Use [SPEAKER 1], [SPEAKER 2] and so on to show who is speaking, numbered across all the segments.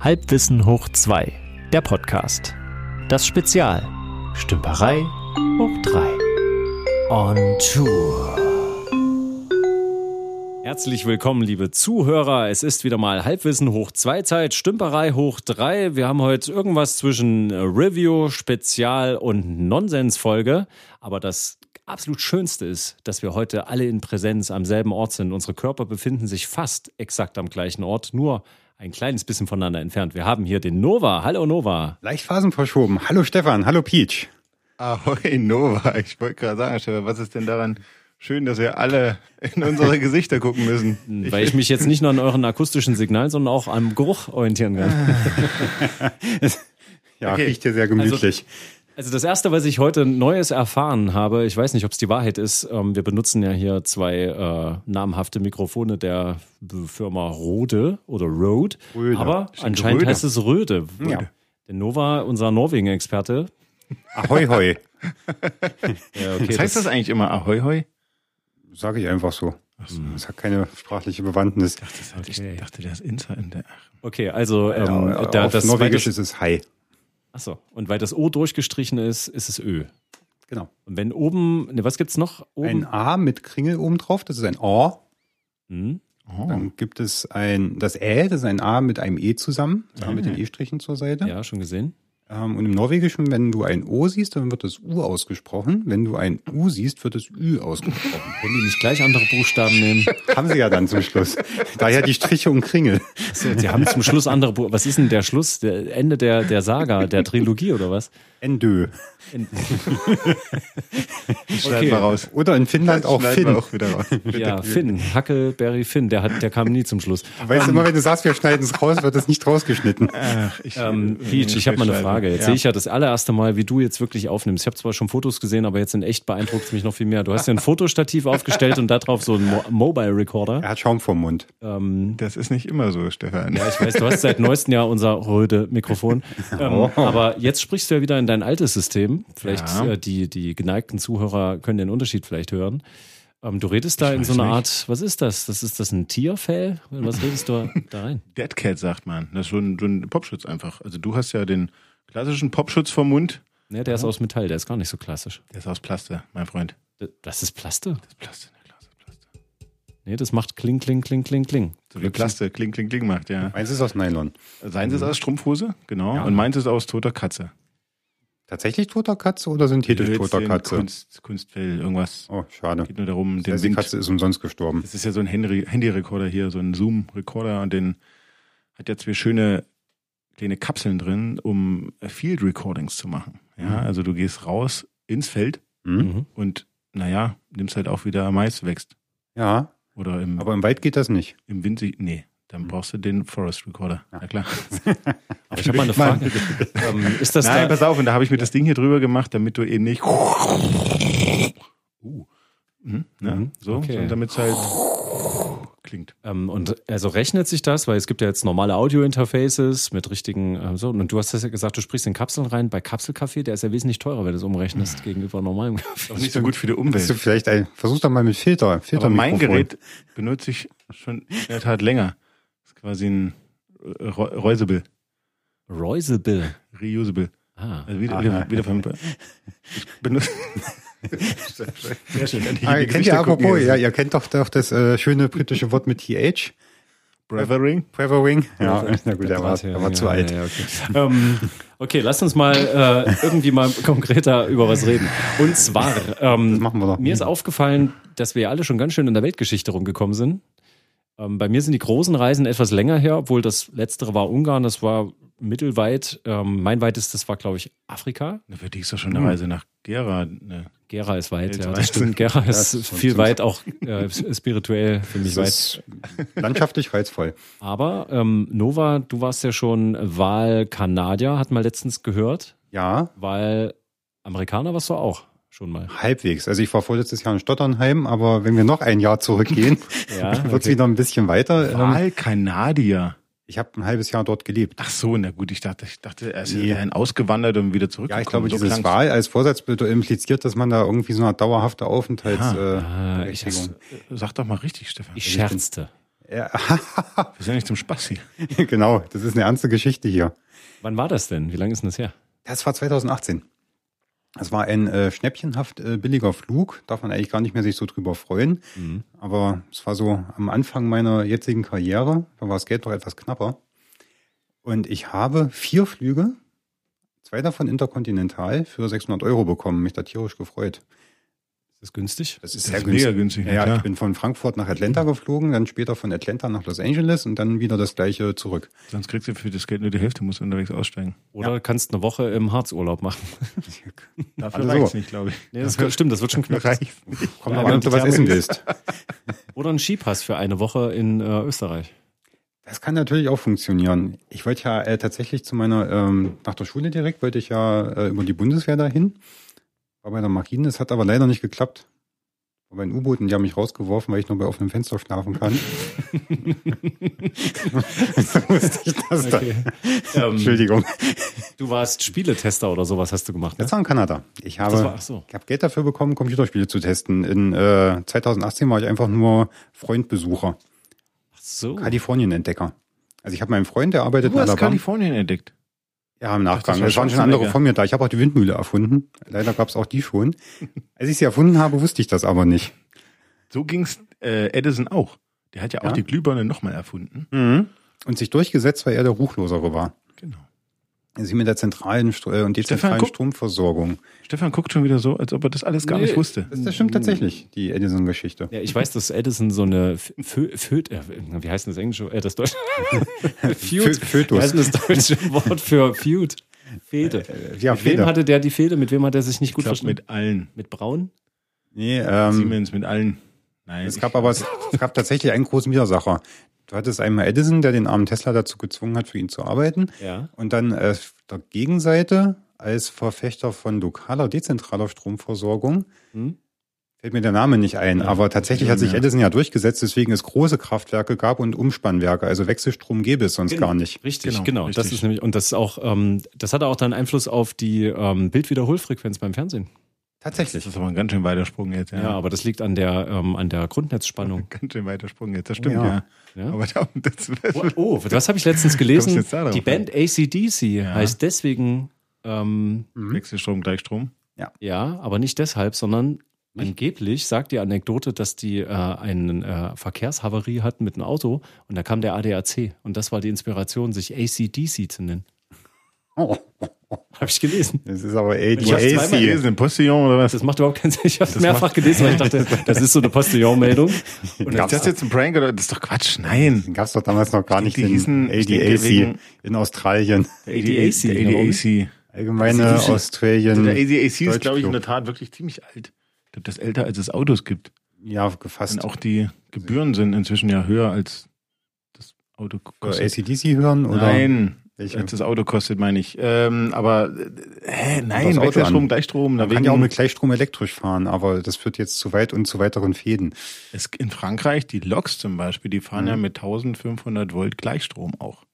[SPEAKER 1] Halbwissen hoch 2, der Podcast. Das Spezial. Stümperei hoch 3. On Tour.
[SPEAKER 2] Herzlich willkommen, liebe Zuhörer. Es ist wieder mal Halbwissen hoch 2 Zeit, Stümperei hoch 3. Wir haben heute irgendwas zwischen Review, Spezial und Nonsensfolge. Aber das absolut Schönste ist, dass wir heute alle in Präsenz am selben Ort sind. Unsere Körper befinden sich fast exakt am gleichen Ort, nur ein kleines bisschen voneinander entfernt. Wir haben hier den Nova. Hallo Nova.
[SPEAKER 3] Leicht Phasen verschoben. Hallo Stefan, hallo Peach.
[SPEAKER 4] Ahoi Nova. Ich wollte gerade sagen, Stefan, was ist denn daran schön, dass wir alle in unsere Gesichter gucken müssen?
[SPEAKER 2] Weil ich mich jetzt nicht nur an euren akustischen Signalen, sondern auch am Geruch orientieren kann.
[SPEAKER 3] Ja,
[SPEAKER 4] Okay.
[SPEAKER 3] riecht hier sehr gemütlich.
[SPEAKER 2] Also das Erste, was ich heute Neues erfahren habe, ich weiß nicht, ob es die Wahrheit ist, ähm, wir benutzen ja hier zwei äh, namhafte Mikrofone der B- Firma Rode oder Rode,
[SPEAKER 3] Röde.
[SPEAKER 2] aber
[SPEAKER 3] Stimmt,
[SPEAKER 2] anscheinend
[SPEAKER 3] Röde.
[SPEAKER 2] heißt es Röde.
[SPEAKER 3] Ja.
[SPEAKER 2] Der Nova, unser Norwegen-Experte,
[SPEAKER 3] Ahoi hoi,
[SPEAKER 2] ja, okay,
[SPEAKER 4] Was heißt das eigentlich immer? Ahoi hoi?
[SPEAKER 3] sage ich einfach so. Das hat keine sprachliche Bewandtnis.
[SPEAKER 2] okay.
[SPEAKER 4] dachte, der ist Inter in der.
[SPEAKER 2] okay, also ähm,
[SPEAKER 3] Ja,
[SPEAKER 2] da,
[SPEAKER 3] auf
[SPEAKER 2] das
[SPEAKER 3] Norwegisch
[SPEAKER 2] weil das,
[SPEAKER 3] ist es Hi.
[SPEAKER 2] achso, und weil das O durchgestrichen ist, ist es Ö.
[SPEAKER 3] Genau.
[SPEAKER 2] Und wenn oben, ne, was gibt's noch
[SPEAKER 3] Ein
[SPEAKER 2] oben?
[SPEAKER 3] A mit Kringel oben drauf, das ist ein O.
[SPEAKER 2] Hm?
[SPEAKER 3] Dann gibt es ein, das Ä, das ist ein A mit einem E zusammen. Das A mit den E-Strichen zur Seite.
[SPEAKER 2] Ja, schon gesehen.
[SPEAKER 3] Ähm, und im Norwegischen, wenn du ein O siehst, dann wird das U ausgesprochen. Wenn du ein U siehst, wird das Ü ausgesprochen.
[SPEAKER 2] Wenn die nicht gleich andere Buchstaben nehmen.
[SPEAKER 3] Haben sie ja dann zum Schluss. Daher die Striche und Kringel.
[SPEAKER 2] So, Sie haben zum Schluss andere. Bu was ist denn der Schluss? Der Ende der, der Saga, der Trilogie oder was?
[SPEAKER 3] Endö.
[SPEAKER 4] Ich schneide mal raus.
[SPEAKER 3] Oder in Finnland auch
[SPEAKER 4] Schneiden
[SPEAKER 3] Finn.
[SPEAKER 4] wir auch wieder raus.
[SPEAKER 2] Ja, Finn, Huckleberry Finn, der, hat, der kam nie zum Schluss.
[SPEAKER 3] Weißt du, immer wenn du sagst, wir schneiden es raus, wird es nicht rausgeschnitten.
[SPEAKER 4] Ach, ich, äh,
[SPEAKER 2] Ähm, Peach, ich habe mal eine Frage. Jetzt sehe ich ja das allererste Mal, wie du jetzt wirklich aufnimmst. Ich habe zwar schon Fotos gesehen, aber jetzt in echt beeindruckt es mich noch viel mehr. Du hast ja ein Fotostativ aufgestellt und darauf so einen Mo Mobile Recorder.
[SPEAKER 3] Er hat Schaum vom Mund.
[SPEAKER 2] Ähm,
[SPEAKER 4] Das ist nicht immer so, Stefan.
[SPEAKER 2] ja, ich weiß, du hast seit neuestem Jahr unser röde Mikrofon. Ähm, Aber jetzt sprichst du ja wieder in dein altes System. Vielleicht
[SPEAKER 4] Oh. Ja.
[SPEAKER 2] äh, die, die geneigten Zuhörer können den Unterschied vielleicht hören. Ähm, du redest da in so
[SPEAKER 4] weiß
[SPEAKER 2] einer
[SPEAKER 4] nicht.
[SPEAKER 2] Art, was ist das? Das ist das ein Tierfell? In Was redest du da rein?
[SPEAKER 4] Dead Cat sagt man. Das ist so ein, so ein Popschutz einfach. Also du hast ja den klassischen Popschutz vom Mund.
[SPEAKER 2] Ne, der ist aus Metall, der ist gar nicht so klassisch.
[SPEAKER 4] Der ist aus Plaste, mein Freund.
[SPEAKER 2] D- Das ist Plaste?
[SPEAKER 4] Das ist Plaste, der Klasse, Plaste.
[SPEAKER 2] Nee, das macht kling, kling, kling, kling, kling.
[SPEAKER 4] So wie Plaste, kling, kling, kling macht, ja.
[SPEAKER 3] Meins ist aus Nylon.
[SPEAKER 4] Seins
[SPEAKER 2] Mhm.
[SPEAKER 4] ist aus Strumpfhose, genau. Und meins ist aus toter Katze.
[SPEAKER 3] Tatsächlich toter Katze oder synthetisch toter
[SPEAKER 4] Blödsinn,
[SPEAKER 3] Katze?
[SPEAKER 4] Kunst, Kunstfell, irgendwas.
[SPEAKER 3] Oh, schade.
[SPEAKER 4] Geht nur darum, den
[SPEAKER 3] Also die
[SPEAKER 4] Wind.
[SPEAKER 3] Katze ist umsonst gestorben.
[SPEAKER 4] Das ist ja so ein Handy- Handy-Rekorder hier, so ein Zoom-Rekorder und den hat ja zwei schöne kleine Kapseln drin, um Field Recordings zu machen.
[SPEAKER 3] Mhm.
[SPEAKER 4] Ja, also du gehst raus ins Feld
[SPEAKER 3] Hm?
[SPEAKER 2] Mhm.
[SPEAKER 4] und naja, nimmst halt auch wieder Mais wächst.
[SPEAKER 3] Ja,
[SPEAKER 4] Oder im,
[SPEAKER 3] aber im Wald geht das nicht.
[SPEAKER 4] im Wind, sich- nee,
[SPEAKER 3] Mhm.
[SPEAKER 4] dann brauchst du den Forest Recorder. Na klar.
[SPEAKER 2] Aber ich habe mal eine Frage. Ähm, ist das
[SPEAKER 4] Nein,
[SPEAKER 2] da,
[SPEAKER 4] pass auf, und da habe ich mir das Ding hier drüber gemacht, damit du eben nicht. Uh, mhm, ne?
[SPEAKER 2] Mhm,
[SPEAKER 4] So,
[SPEAKER 2] okay.
[SPEAKER 4] sondern damit es halt klingt.
[SPEAKER 2] ähm, und also rechnet sich das, weil es gibt ja jetzt normale Audio-Interfaces mit richtigen, ähm, so, und du hast das ja gesagt, du sprichst in Kapseln rein. Bei Kapselkaffee, der ist ja wesentlich teurer, wenn du es umrechnest, gegenüber normalem Kaffee.
[SPEAKER 4] Auch nicht so gut für die Umwelt.
[SPEAKER 3] Hast du vielleicht ein, versuch doch mal mit Filter. Filter
[SPEAKER 4] Aber mein Gerät benutze ich schon in der Tat länger. Das ist quasi ein äh, Re- Reusable,
[SPEAKER 2] Reuselbill.
[SPEAKER 4] Reusable.
[SPEAKER 2] Ah.
[SPEAKER 4] Also wieder, wieder, wieder vom, ich benutze. Sehr schön.
[SPEAKER 3] Ah, ihr kennt ihr apropos, ja, ihr kennt doch, doch das äh, schöne britische Wort mit TH,
[SPEAKER 4] Brethering.
[SPEAKER 3] Prevering. Ja, na gut, der war,
[SPEAKER 2] Draht, ja,
[SPEAKER 3] der war
[SPEAKER 2] ja,
[SPEAKER 3] zu
[SPEAKER 2] ja,
[SPEAKER 3] alt.
[SPEAKER 2] ja, okay. ähm, okay, lass uns mal äh, irgendwie mal konkreter über was reden. Und zwar, ähm,
[SPEAKER 3] Das machen wir doch.
[SPEAKER 2] mir ist aufgefallen, dass wir alle schon ganz schön in der Weltgeschichte rumgekommen sind. Ähm, bei mir sind die großen Reisen etwas länger her, obwohl das letztere war Ungarn, das war mittelweit. Ähm, mein weitestes war, glaube ich, Afrika.
[SPEAKER 4] Na, Für dich ist doch
[SPEAKER 3] Hm.
[SPEAKER 4] schon eine Reise nach Gera. Ne?
[SPEAKER 2] Gera ist weit, ja, das
[SPEAKER 4] Weltweit.
[SPEAKER 2] stimmt. Gera ist
[SPEAKER 3] Das ist schon
[SPEAKER 2] viel
[SPEAKER 3] ziemlich-
[SPEAKER 2] weit, auch äh, spirituell für mich
[SPEAKER 3] Das
[SPEAKER 2] weit.
[SPEAKER 3] ist landschaftlich reizvoll.
[SPEAKER 2] Aber ähm, Nova, du warst ja schon Wahlkanadier, hat man letztens gehört.
[SPEAKER 3] Ja,
[SPEAKER 2] Weil Amerikaner warst du auch schon mal.
[SPEAKER 3] halbwegs. Also ich war vorletztes Jahr in Stotternheim, aber wenn wir noch ein Jahr zurückgehen,
[SPEAKER 2] Ja,
[SPEAKER 3] wird's wieder ein bisschen weiter. Ähm,
[SPEAKER 4] Wahlkanadier.
[SPEAKER 3] Ich habe ein halbes Jahr dort gelebt.
[SPEAKER 4] Ach so, na gut, ich dachte, ich dachte, er ist
[SPEAKER 3] Nee.
[SPEAKER 4] ein ausgewandert und wieder zurückgekommen.
[SPEAKER 3] Ja, ich glaube,
[SPEAKER 4] so
[SPEAKER 3] dieses
[SPEAKER 4] klang's.
[SPEAKER 3] Wahl als Vorsatzbild impliziert, dass man da irgendwie so eine dauerhafte Aufenthalts...
[SPEAKER 4] Ah,
[SPEAKER 3] äh,
[SPEAKER 2] Ah, ich,
[SPEAKER 3] Berechtigung-
[SPEAKER 4] Sag doch mal richtig, Stefan.
[SPEAKER 2] äh, ich scherzte.
[SPEAKER 3] Ja,
[SPEAKER 4] Wir sind ja nicht zum Spaß hier.
[SPEAKER 3] genau, das ist eine ernste Geschichte hier.
[SPEAKER 2] Wann war das denn? Wie lange ist denn das her?
[SPEAKER 3] Das war 2018. Das war ein äh, schnäppchenhaft äh, billiger Flug. Darf man eigentlich gar nicht mehr sich so drüber freuen.
[SPEAKER 4] Mhm.
[SPEAKER 3] Aber es war so am Anfang meiner jetzigen Karriere. Da war das Geld doch etwas knapper. Und ich habe vier Flüge, zwei davon interkontinental, für 600 Euro bekommen. Mich da tierisch gefreut.
[SPEAKER 2] Ist das günstig?
[SPEAKER 3] Das
[SPEAKER 4] Das ist mega günstig,
[SPEAKER 3] Ja,
[SPEAKER 4] na
[SPEAKER 3] ja,
[SPEAKER 4] klar.
[SPEAKER 3] ich bin von Frankfurt nach Atlanta geflogen, dann später von Atlanta nach Los Angeles und dann wieder das gleiche zurück.
[SPEAKER 4] Sonst kriegst du für das Geld nur die Hälfte, musst du unterwegs aussteigen.
[SPEAKER 2] Oder kannst eine Woche im Harzurlaub machen?
[SPEAKER 4] Dafür
[SPEAKER 3] Also
[SPEAKER 4] reicht's
[SPEAKER 3] so.
[SPEAKER 4] nicht, glaube ich.
[SPEAKER 2] Nee, das stimmt, das wird schon knapp.
[SPEAKER 4] Reicht's.
[SPEAKER 3] Komm doch mal, ob du was essen willst.
[SPEAKER 2] Oder ein Skipass für eine Woche in äh, Österreich.
[SPEAKER 3] Das kann natürlich auch funktionieren. Ich wollte ja äh, tatsächlich zu meiner, ähm, nach der Schule direkt, wollte ich ja äh, über die Bundeswehr dahin. War bei der Marine, es hat aber leider nicht geklappt. War bei den U-Booten, die haben mich rausgeworfen, weil ich nur bei offenem Fenster schlafen kann. so wusste ich das
[SPEAKER 2] Okay. Ähm,
[SPEAKER 3] dann. Entschuldigung.
[SPEAKER 2] Du warst Spieletester oder sowas hast du gemacht, ne?
[SPEAKER 3] Das war in Kanada. Ich habe,
[SPEAKER 2] Das war- ach so.
[SPEAKER 3] ich habe Geld dafür bekommen, Computerspiele zu testen. In äh, 2018 war ich einfach nur Freundbesucher,
[SPEAKER 2] Oh. Ach so.
[SPEAKER 3] Kalifornien-Entdecker. Also ich habe meinen Freund, der arbeitet
[SPEAKER 4] Du
[SPEAKER 3] in
[SPEAKER 4] hast
[SPEAKER 3] Alabama.
[SPEAKER 4] Kalifornien entdeckt.
[SPEAKER 3] Ja, im
[SPEAKER 4] das
[SPEAKER 3] Nachgang.
[SPEAKER 4] war
[SPEAKER 3] Es waren schon andere
[SPEAKER 4] Schwarzenegger.
[SPEAKER 3] von mir da. Ich habe auch die Windmühle erfunden. Leider gab es auch die schon. Als ich sie erfunden habe, wusste ich das aber nicht.
[SPEAKER 4] So ging's äh, Edison auch. Der hat ja auch
[SPEAKER 3] Ja.
[SPEAKER 4] die Glühbirne nochmal erfunden.
[SPEAKER 3] Und sich durchgesetzt, weil er der Ruchlosere war.
[SPEAKER 4] Genau.
[SPEAKER 3] Er ist mit der zentralen Stro- äh, und dezentralen
[SPEAKER 4] guck.
[SPEAKER 3] Stromversorgung. Mhm.
[SPEAKER 4] Stefan guckt schon wieder so, als ob er das alles gar
[SPEAKER 2] Nee.
[SPEAKER 4] nicht wusste.
[SPEAKER 3] Das, das stimmt tatsächlich, die Edison-Geschichte.
[SPEAKER 2] Ja, ich weiß, dass Edison so eine F- Fö Fö äh, wie heißt denn das englische, äh, das deutsche? Feud.
[SPEAKER 3] Fö- Fötus.
[SPEAKER 2] Wie heißt denn das deutsche Wort für Feud? Fehde.
[SPEAKER 3] Äh, ja,
[SPEAKER 2] mit wem
[SPEAKER 3] Fehde.
[SPEAKER 2] hatte der die Fehde? Mit wem hat er sich nicht
[SPEAKER 4] Ich
[SPEAKER 2] gut
[SPEAKER 4] glaub,
[SPEAKER 2] verstanden?
[SPEAKER 4] mit allen.
[SPEAKER 2] Mit Braun?
[SPEAKER 3] Nee, ähm,
[SPEAKER 4] Siemens, mit allen. Nein.
[SPEAKER 3] es gab aber es gab tatsächlich einen großen Widersacher. Du hattest einmal Edison, der den armen Tesla dazu gezwungen hat, für ihn zu arbeiten.
[SPEAKER 2] Ja.
[SPEAKER 3] Und dann äh, auf der Gegenseite als Verfechter von lokaler, dezentraler Stromversorgung.
[SPEAKER 2] Hm?
[SPEAKER 3] Fällt mir der Name nicht ein, aber tatsächlich hat sich
[SPEAKER 4] Ja.
[SPEAKER 3] Edison ja durchgesetzt, deswegen es große Kraftwerke gab und Umspannwerke. Also Wechselstrom gäbe es sonst
[SPEAKER 2] Genau.
[SPEAKER 3] gar nicht.
[SPEAKER 2] Richtig, genau.
[SPEAKER 4] Genau,
[SPEAKER 2] Das
[SPEAKER 4] richtig.
[SPEAKER 2] ist nämlich, und das ist auch, ähm, das hatte auch dann Einfluss auf die ähm, Bildwiederholfrequenz beim Fernsehen.
[SPEAKER 4] das
[SPEAKER 3] Tatsächlich.
[SPEAKER 4] ist aber ein ganz schön weiter Sprung jetzt.
[SPEAKER 2] Ja,
[SPEAKER 4] Ja,
[SPEAKER 2] aber das liegt an der, ähm, an der Grundnetzspannung.
[SPEAKER 4] ganz schön weiter Sprung jetzt. Das stimmt,
[SPEAKER 3] ja.
[SPEAKER 4] ja.
[SPEAKER 2] Ja.
[SPEAKER 4] Aber da, das, das
[SPEAKER 2] Oh, oh was habe ich letztens gelesen?
[SPEAKER 4] jetzt da drauf
[SPEAKER 2] Die Band ACDC
[SPEAKER 4] Ja.
[SPEAKER 2] heißt deswegen, ähm,
[SPEAKER 3] Mhm.
[SPEAKER 4] Hm? Wechselstrom, Gleichstrom.
[SPEAKER 2] ja, aber nicht deshalb, sondern angeblich sagt die Anekdote, dass die äh, einen äh, Verkehrshavarie hatten mit einem Auto und da kam der ADAC und das war die Inspiration, sich ACDC zu nennen.
[SPEAKER 3] Oh,
[SPEAKER 2] Habe ich gelesen.
[SPEAKER 3] das ist aber
[SPEAKER 2] Ich hab's zweimal
[SPEAKER 3] ADAC.
[SPEAKER 4] gelesen, im Postillon oder was?
[SPEAKER 2] Das macht überhaupt keinen Sinn. Ich habe
[SPEAKER 4] Das
[SPEAKER 2] mehrfach
[SPEAKER 4] macht-
[SPEAKER 2] gelesen, weil ich dachte, das ist so eine Postillon-Meldung.
[SPEAKER 4] Und ist das jetzt ein Prank oder das ist doch Quatsch? Nein.
[SPEAKER 3] Den gab es doch damals noch gar
[SPEAKER 4] Ich
[SPEAKER 3] nicht,
[SPEAKER 4] denke, die
[SPEAKER 3] den
[SPEAKER 4] hießen- ich denke, wegen-
[SPEAKER 3] ADAC in Australien.
[SPEAKER 4] Der
[SPEAKER 2] ADAC,
[SPEAKER 4] Der
[SPEAKER 2] warum?
[SPEAKER 4] ADAC.
[SPEAKER 3] Allgemeine
[SPEAKER 4] Also die-
[SPEAKER 3] Australien.
[SPEAKER 4] Der ADAC ist, glaube ich,
[SPEAKER 3] Deutschclub.
[SPEAKER 4] in der Tat wirklich ziemlich alt. Ich glaube, das ist älter, als es Autos gibt.
[SPEAKER 3] Ja, gefasst.
[SPEAKER 4] Und auch die Gebühren sind inzwischen ja höher, als das Auto
[SPEAKER 3] Für
[SPEAKER 4] kostet.
[SPEAKER 3] ACDC hören? Oder?
[SPEAKER 4] Nein,
[SPEAKER 3] Welche?
[SPEAKER 4] als das Auto kostet, meine ich. Ähm, aber äh, hä,
[SPEAKER 3] Das
[SPEAKER 4] nein,
[SPEAKER 3] Auto
[SPEAKER 4] Wechselstrom,
[SPEAKER 3] an.
[SPEAKER 4] Gleichstrom.
[SPEAKER 3] Man
[SPEAKER 4] da
[SPEAKER 3] kann ja auch
[SPEAKER 4] wegen-
[SPEAKER 3] mit Gleichstrom elektrisch fahren, aber das führt jetzt zu weit und zu weiteren Fäden.
[SPEAKER 4] es, in Frankreich, die Loks zum Beispiel, die
[SPEAKER 3] Mhm.
[SPEAKER 4] fahren ja mit 1500 Volt Gleichstrom auch.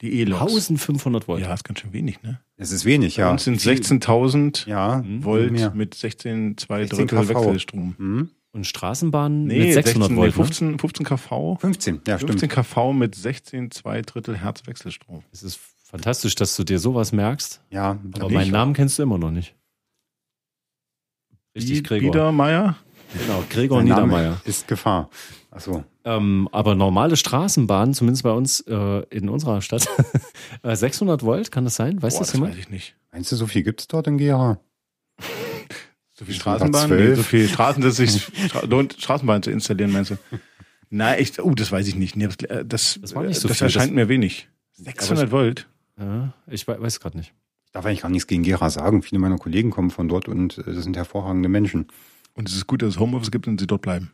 [SPEAKER 4] Die E-Loks.
[SPEAKER 2] 1500 Volt.
[SPEAKER 4] Ja, ist ganz schön wenig, ne?
[SPEAKER 3] Es ist wenig, ja.
[SPEAKER 4] Bei uns sind Hm? 16.000
[SPEAKER 3] ja,
[SPEAKER 2] Hm?
[SPEAKER 4] Volt
[SPEAKER 3] mehr.
[SPEAKER 4] mit 16, 2
[SPEAKER 3] 16
[SPEAKER 4] Drittel
[SPEAKER 3] kV.
[SPEAKER 4] Wechselstrom.
[SPEAKER 3] Hm?
[SPEAKER 2] Und Straßenbahnen
[SPEAKER 4] Nee,
[SPEAKER 2] mit 600
[SPEAKER 4] 16,
[SPEAKER 2] Volt.
[SPEAKER 4] nee,
[SPEAKER 2] Ne?
[SPEAKER 4] 15, 15 kV.
[SPEAKER 3] 15, ja, stimmt.
[SPEAKER 4] 15 kV mit 16, 2 Drittel Hertz Wechselstrom.
[SPEAKER 2] Es ist fantastisch, dass du dir sowas merkst.
[SPEAKER 3] Ja,
[SPEAKER 2] Aber
[SPEAKER 4] nicht.
[SPEAKER 2] meinen Namen kennst du immer noch nicht. Richtig, Gregor.
[SPEAKER 4] Biedermeier?
[SPEAKER 2] Genau, Gregor
[SPEAKER 3] Name
[SPEAKER 2] Niedermeyer.
[SPEAKER 3] Ist Gefahr. Also, Achso.
[SPEAKER 2] Ähm, aber normale Straßenbahnen, zumindest bei uns äh, in unserer Stadt, äh, 600 Volt, kann das sein? Weiß
[SPEAKER 4] Boah,
[SPEAKER 2] das
[SPEAKER 4] das
[SPEAKER 2] jemand?
[SPEAKER 4] weiß ich nicht.
[SPEAKER 3] Meinst du, so viel gibt's dort in GH?
[SPEAKER 4] So viel
[SPEAKER 3] Sind
[SPEAKER 4] Straßenbahn,
[SPEAKER 3] da zwölf?
[SPEAKER 4] nee, so viel Straßen, dass sich Stra lohnt, Straßenbahn zu installieren, meinst du? Nein, ich, oh, das weiß ich nicht. Nee, das, äh, das,
[SPEAKER 2] Das war nicht so
[SPEAKER 4] das
[SPEAKER 2] viel,
[SPEAKER 4] erscheint
[SPEAKER 2] das-
[SPEAKER 4] mir wenig. 600 Volt.
[SPEAKER 2] Ja, ich we- weiß gerade nicht.
[SPEAKER 3] Ich darf eigentlich gar nichts gegen GH sagen. Viele meiner Kollegen kommen von dort und äh, das sind hervorragende Menschen.
[SPEAKER 4] Und es ist gut, dass es Homeoffice gibt und sie dort bleiben.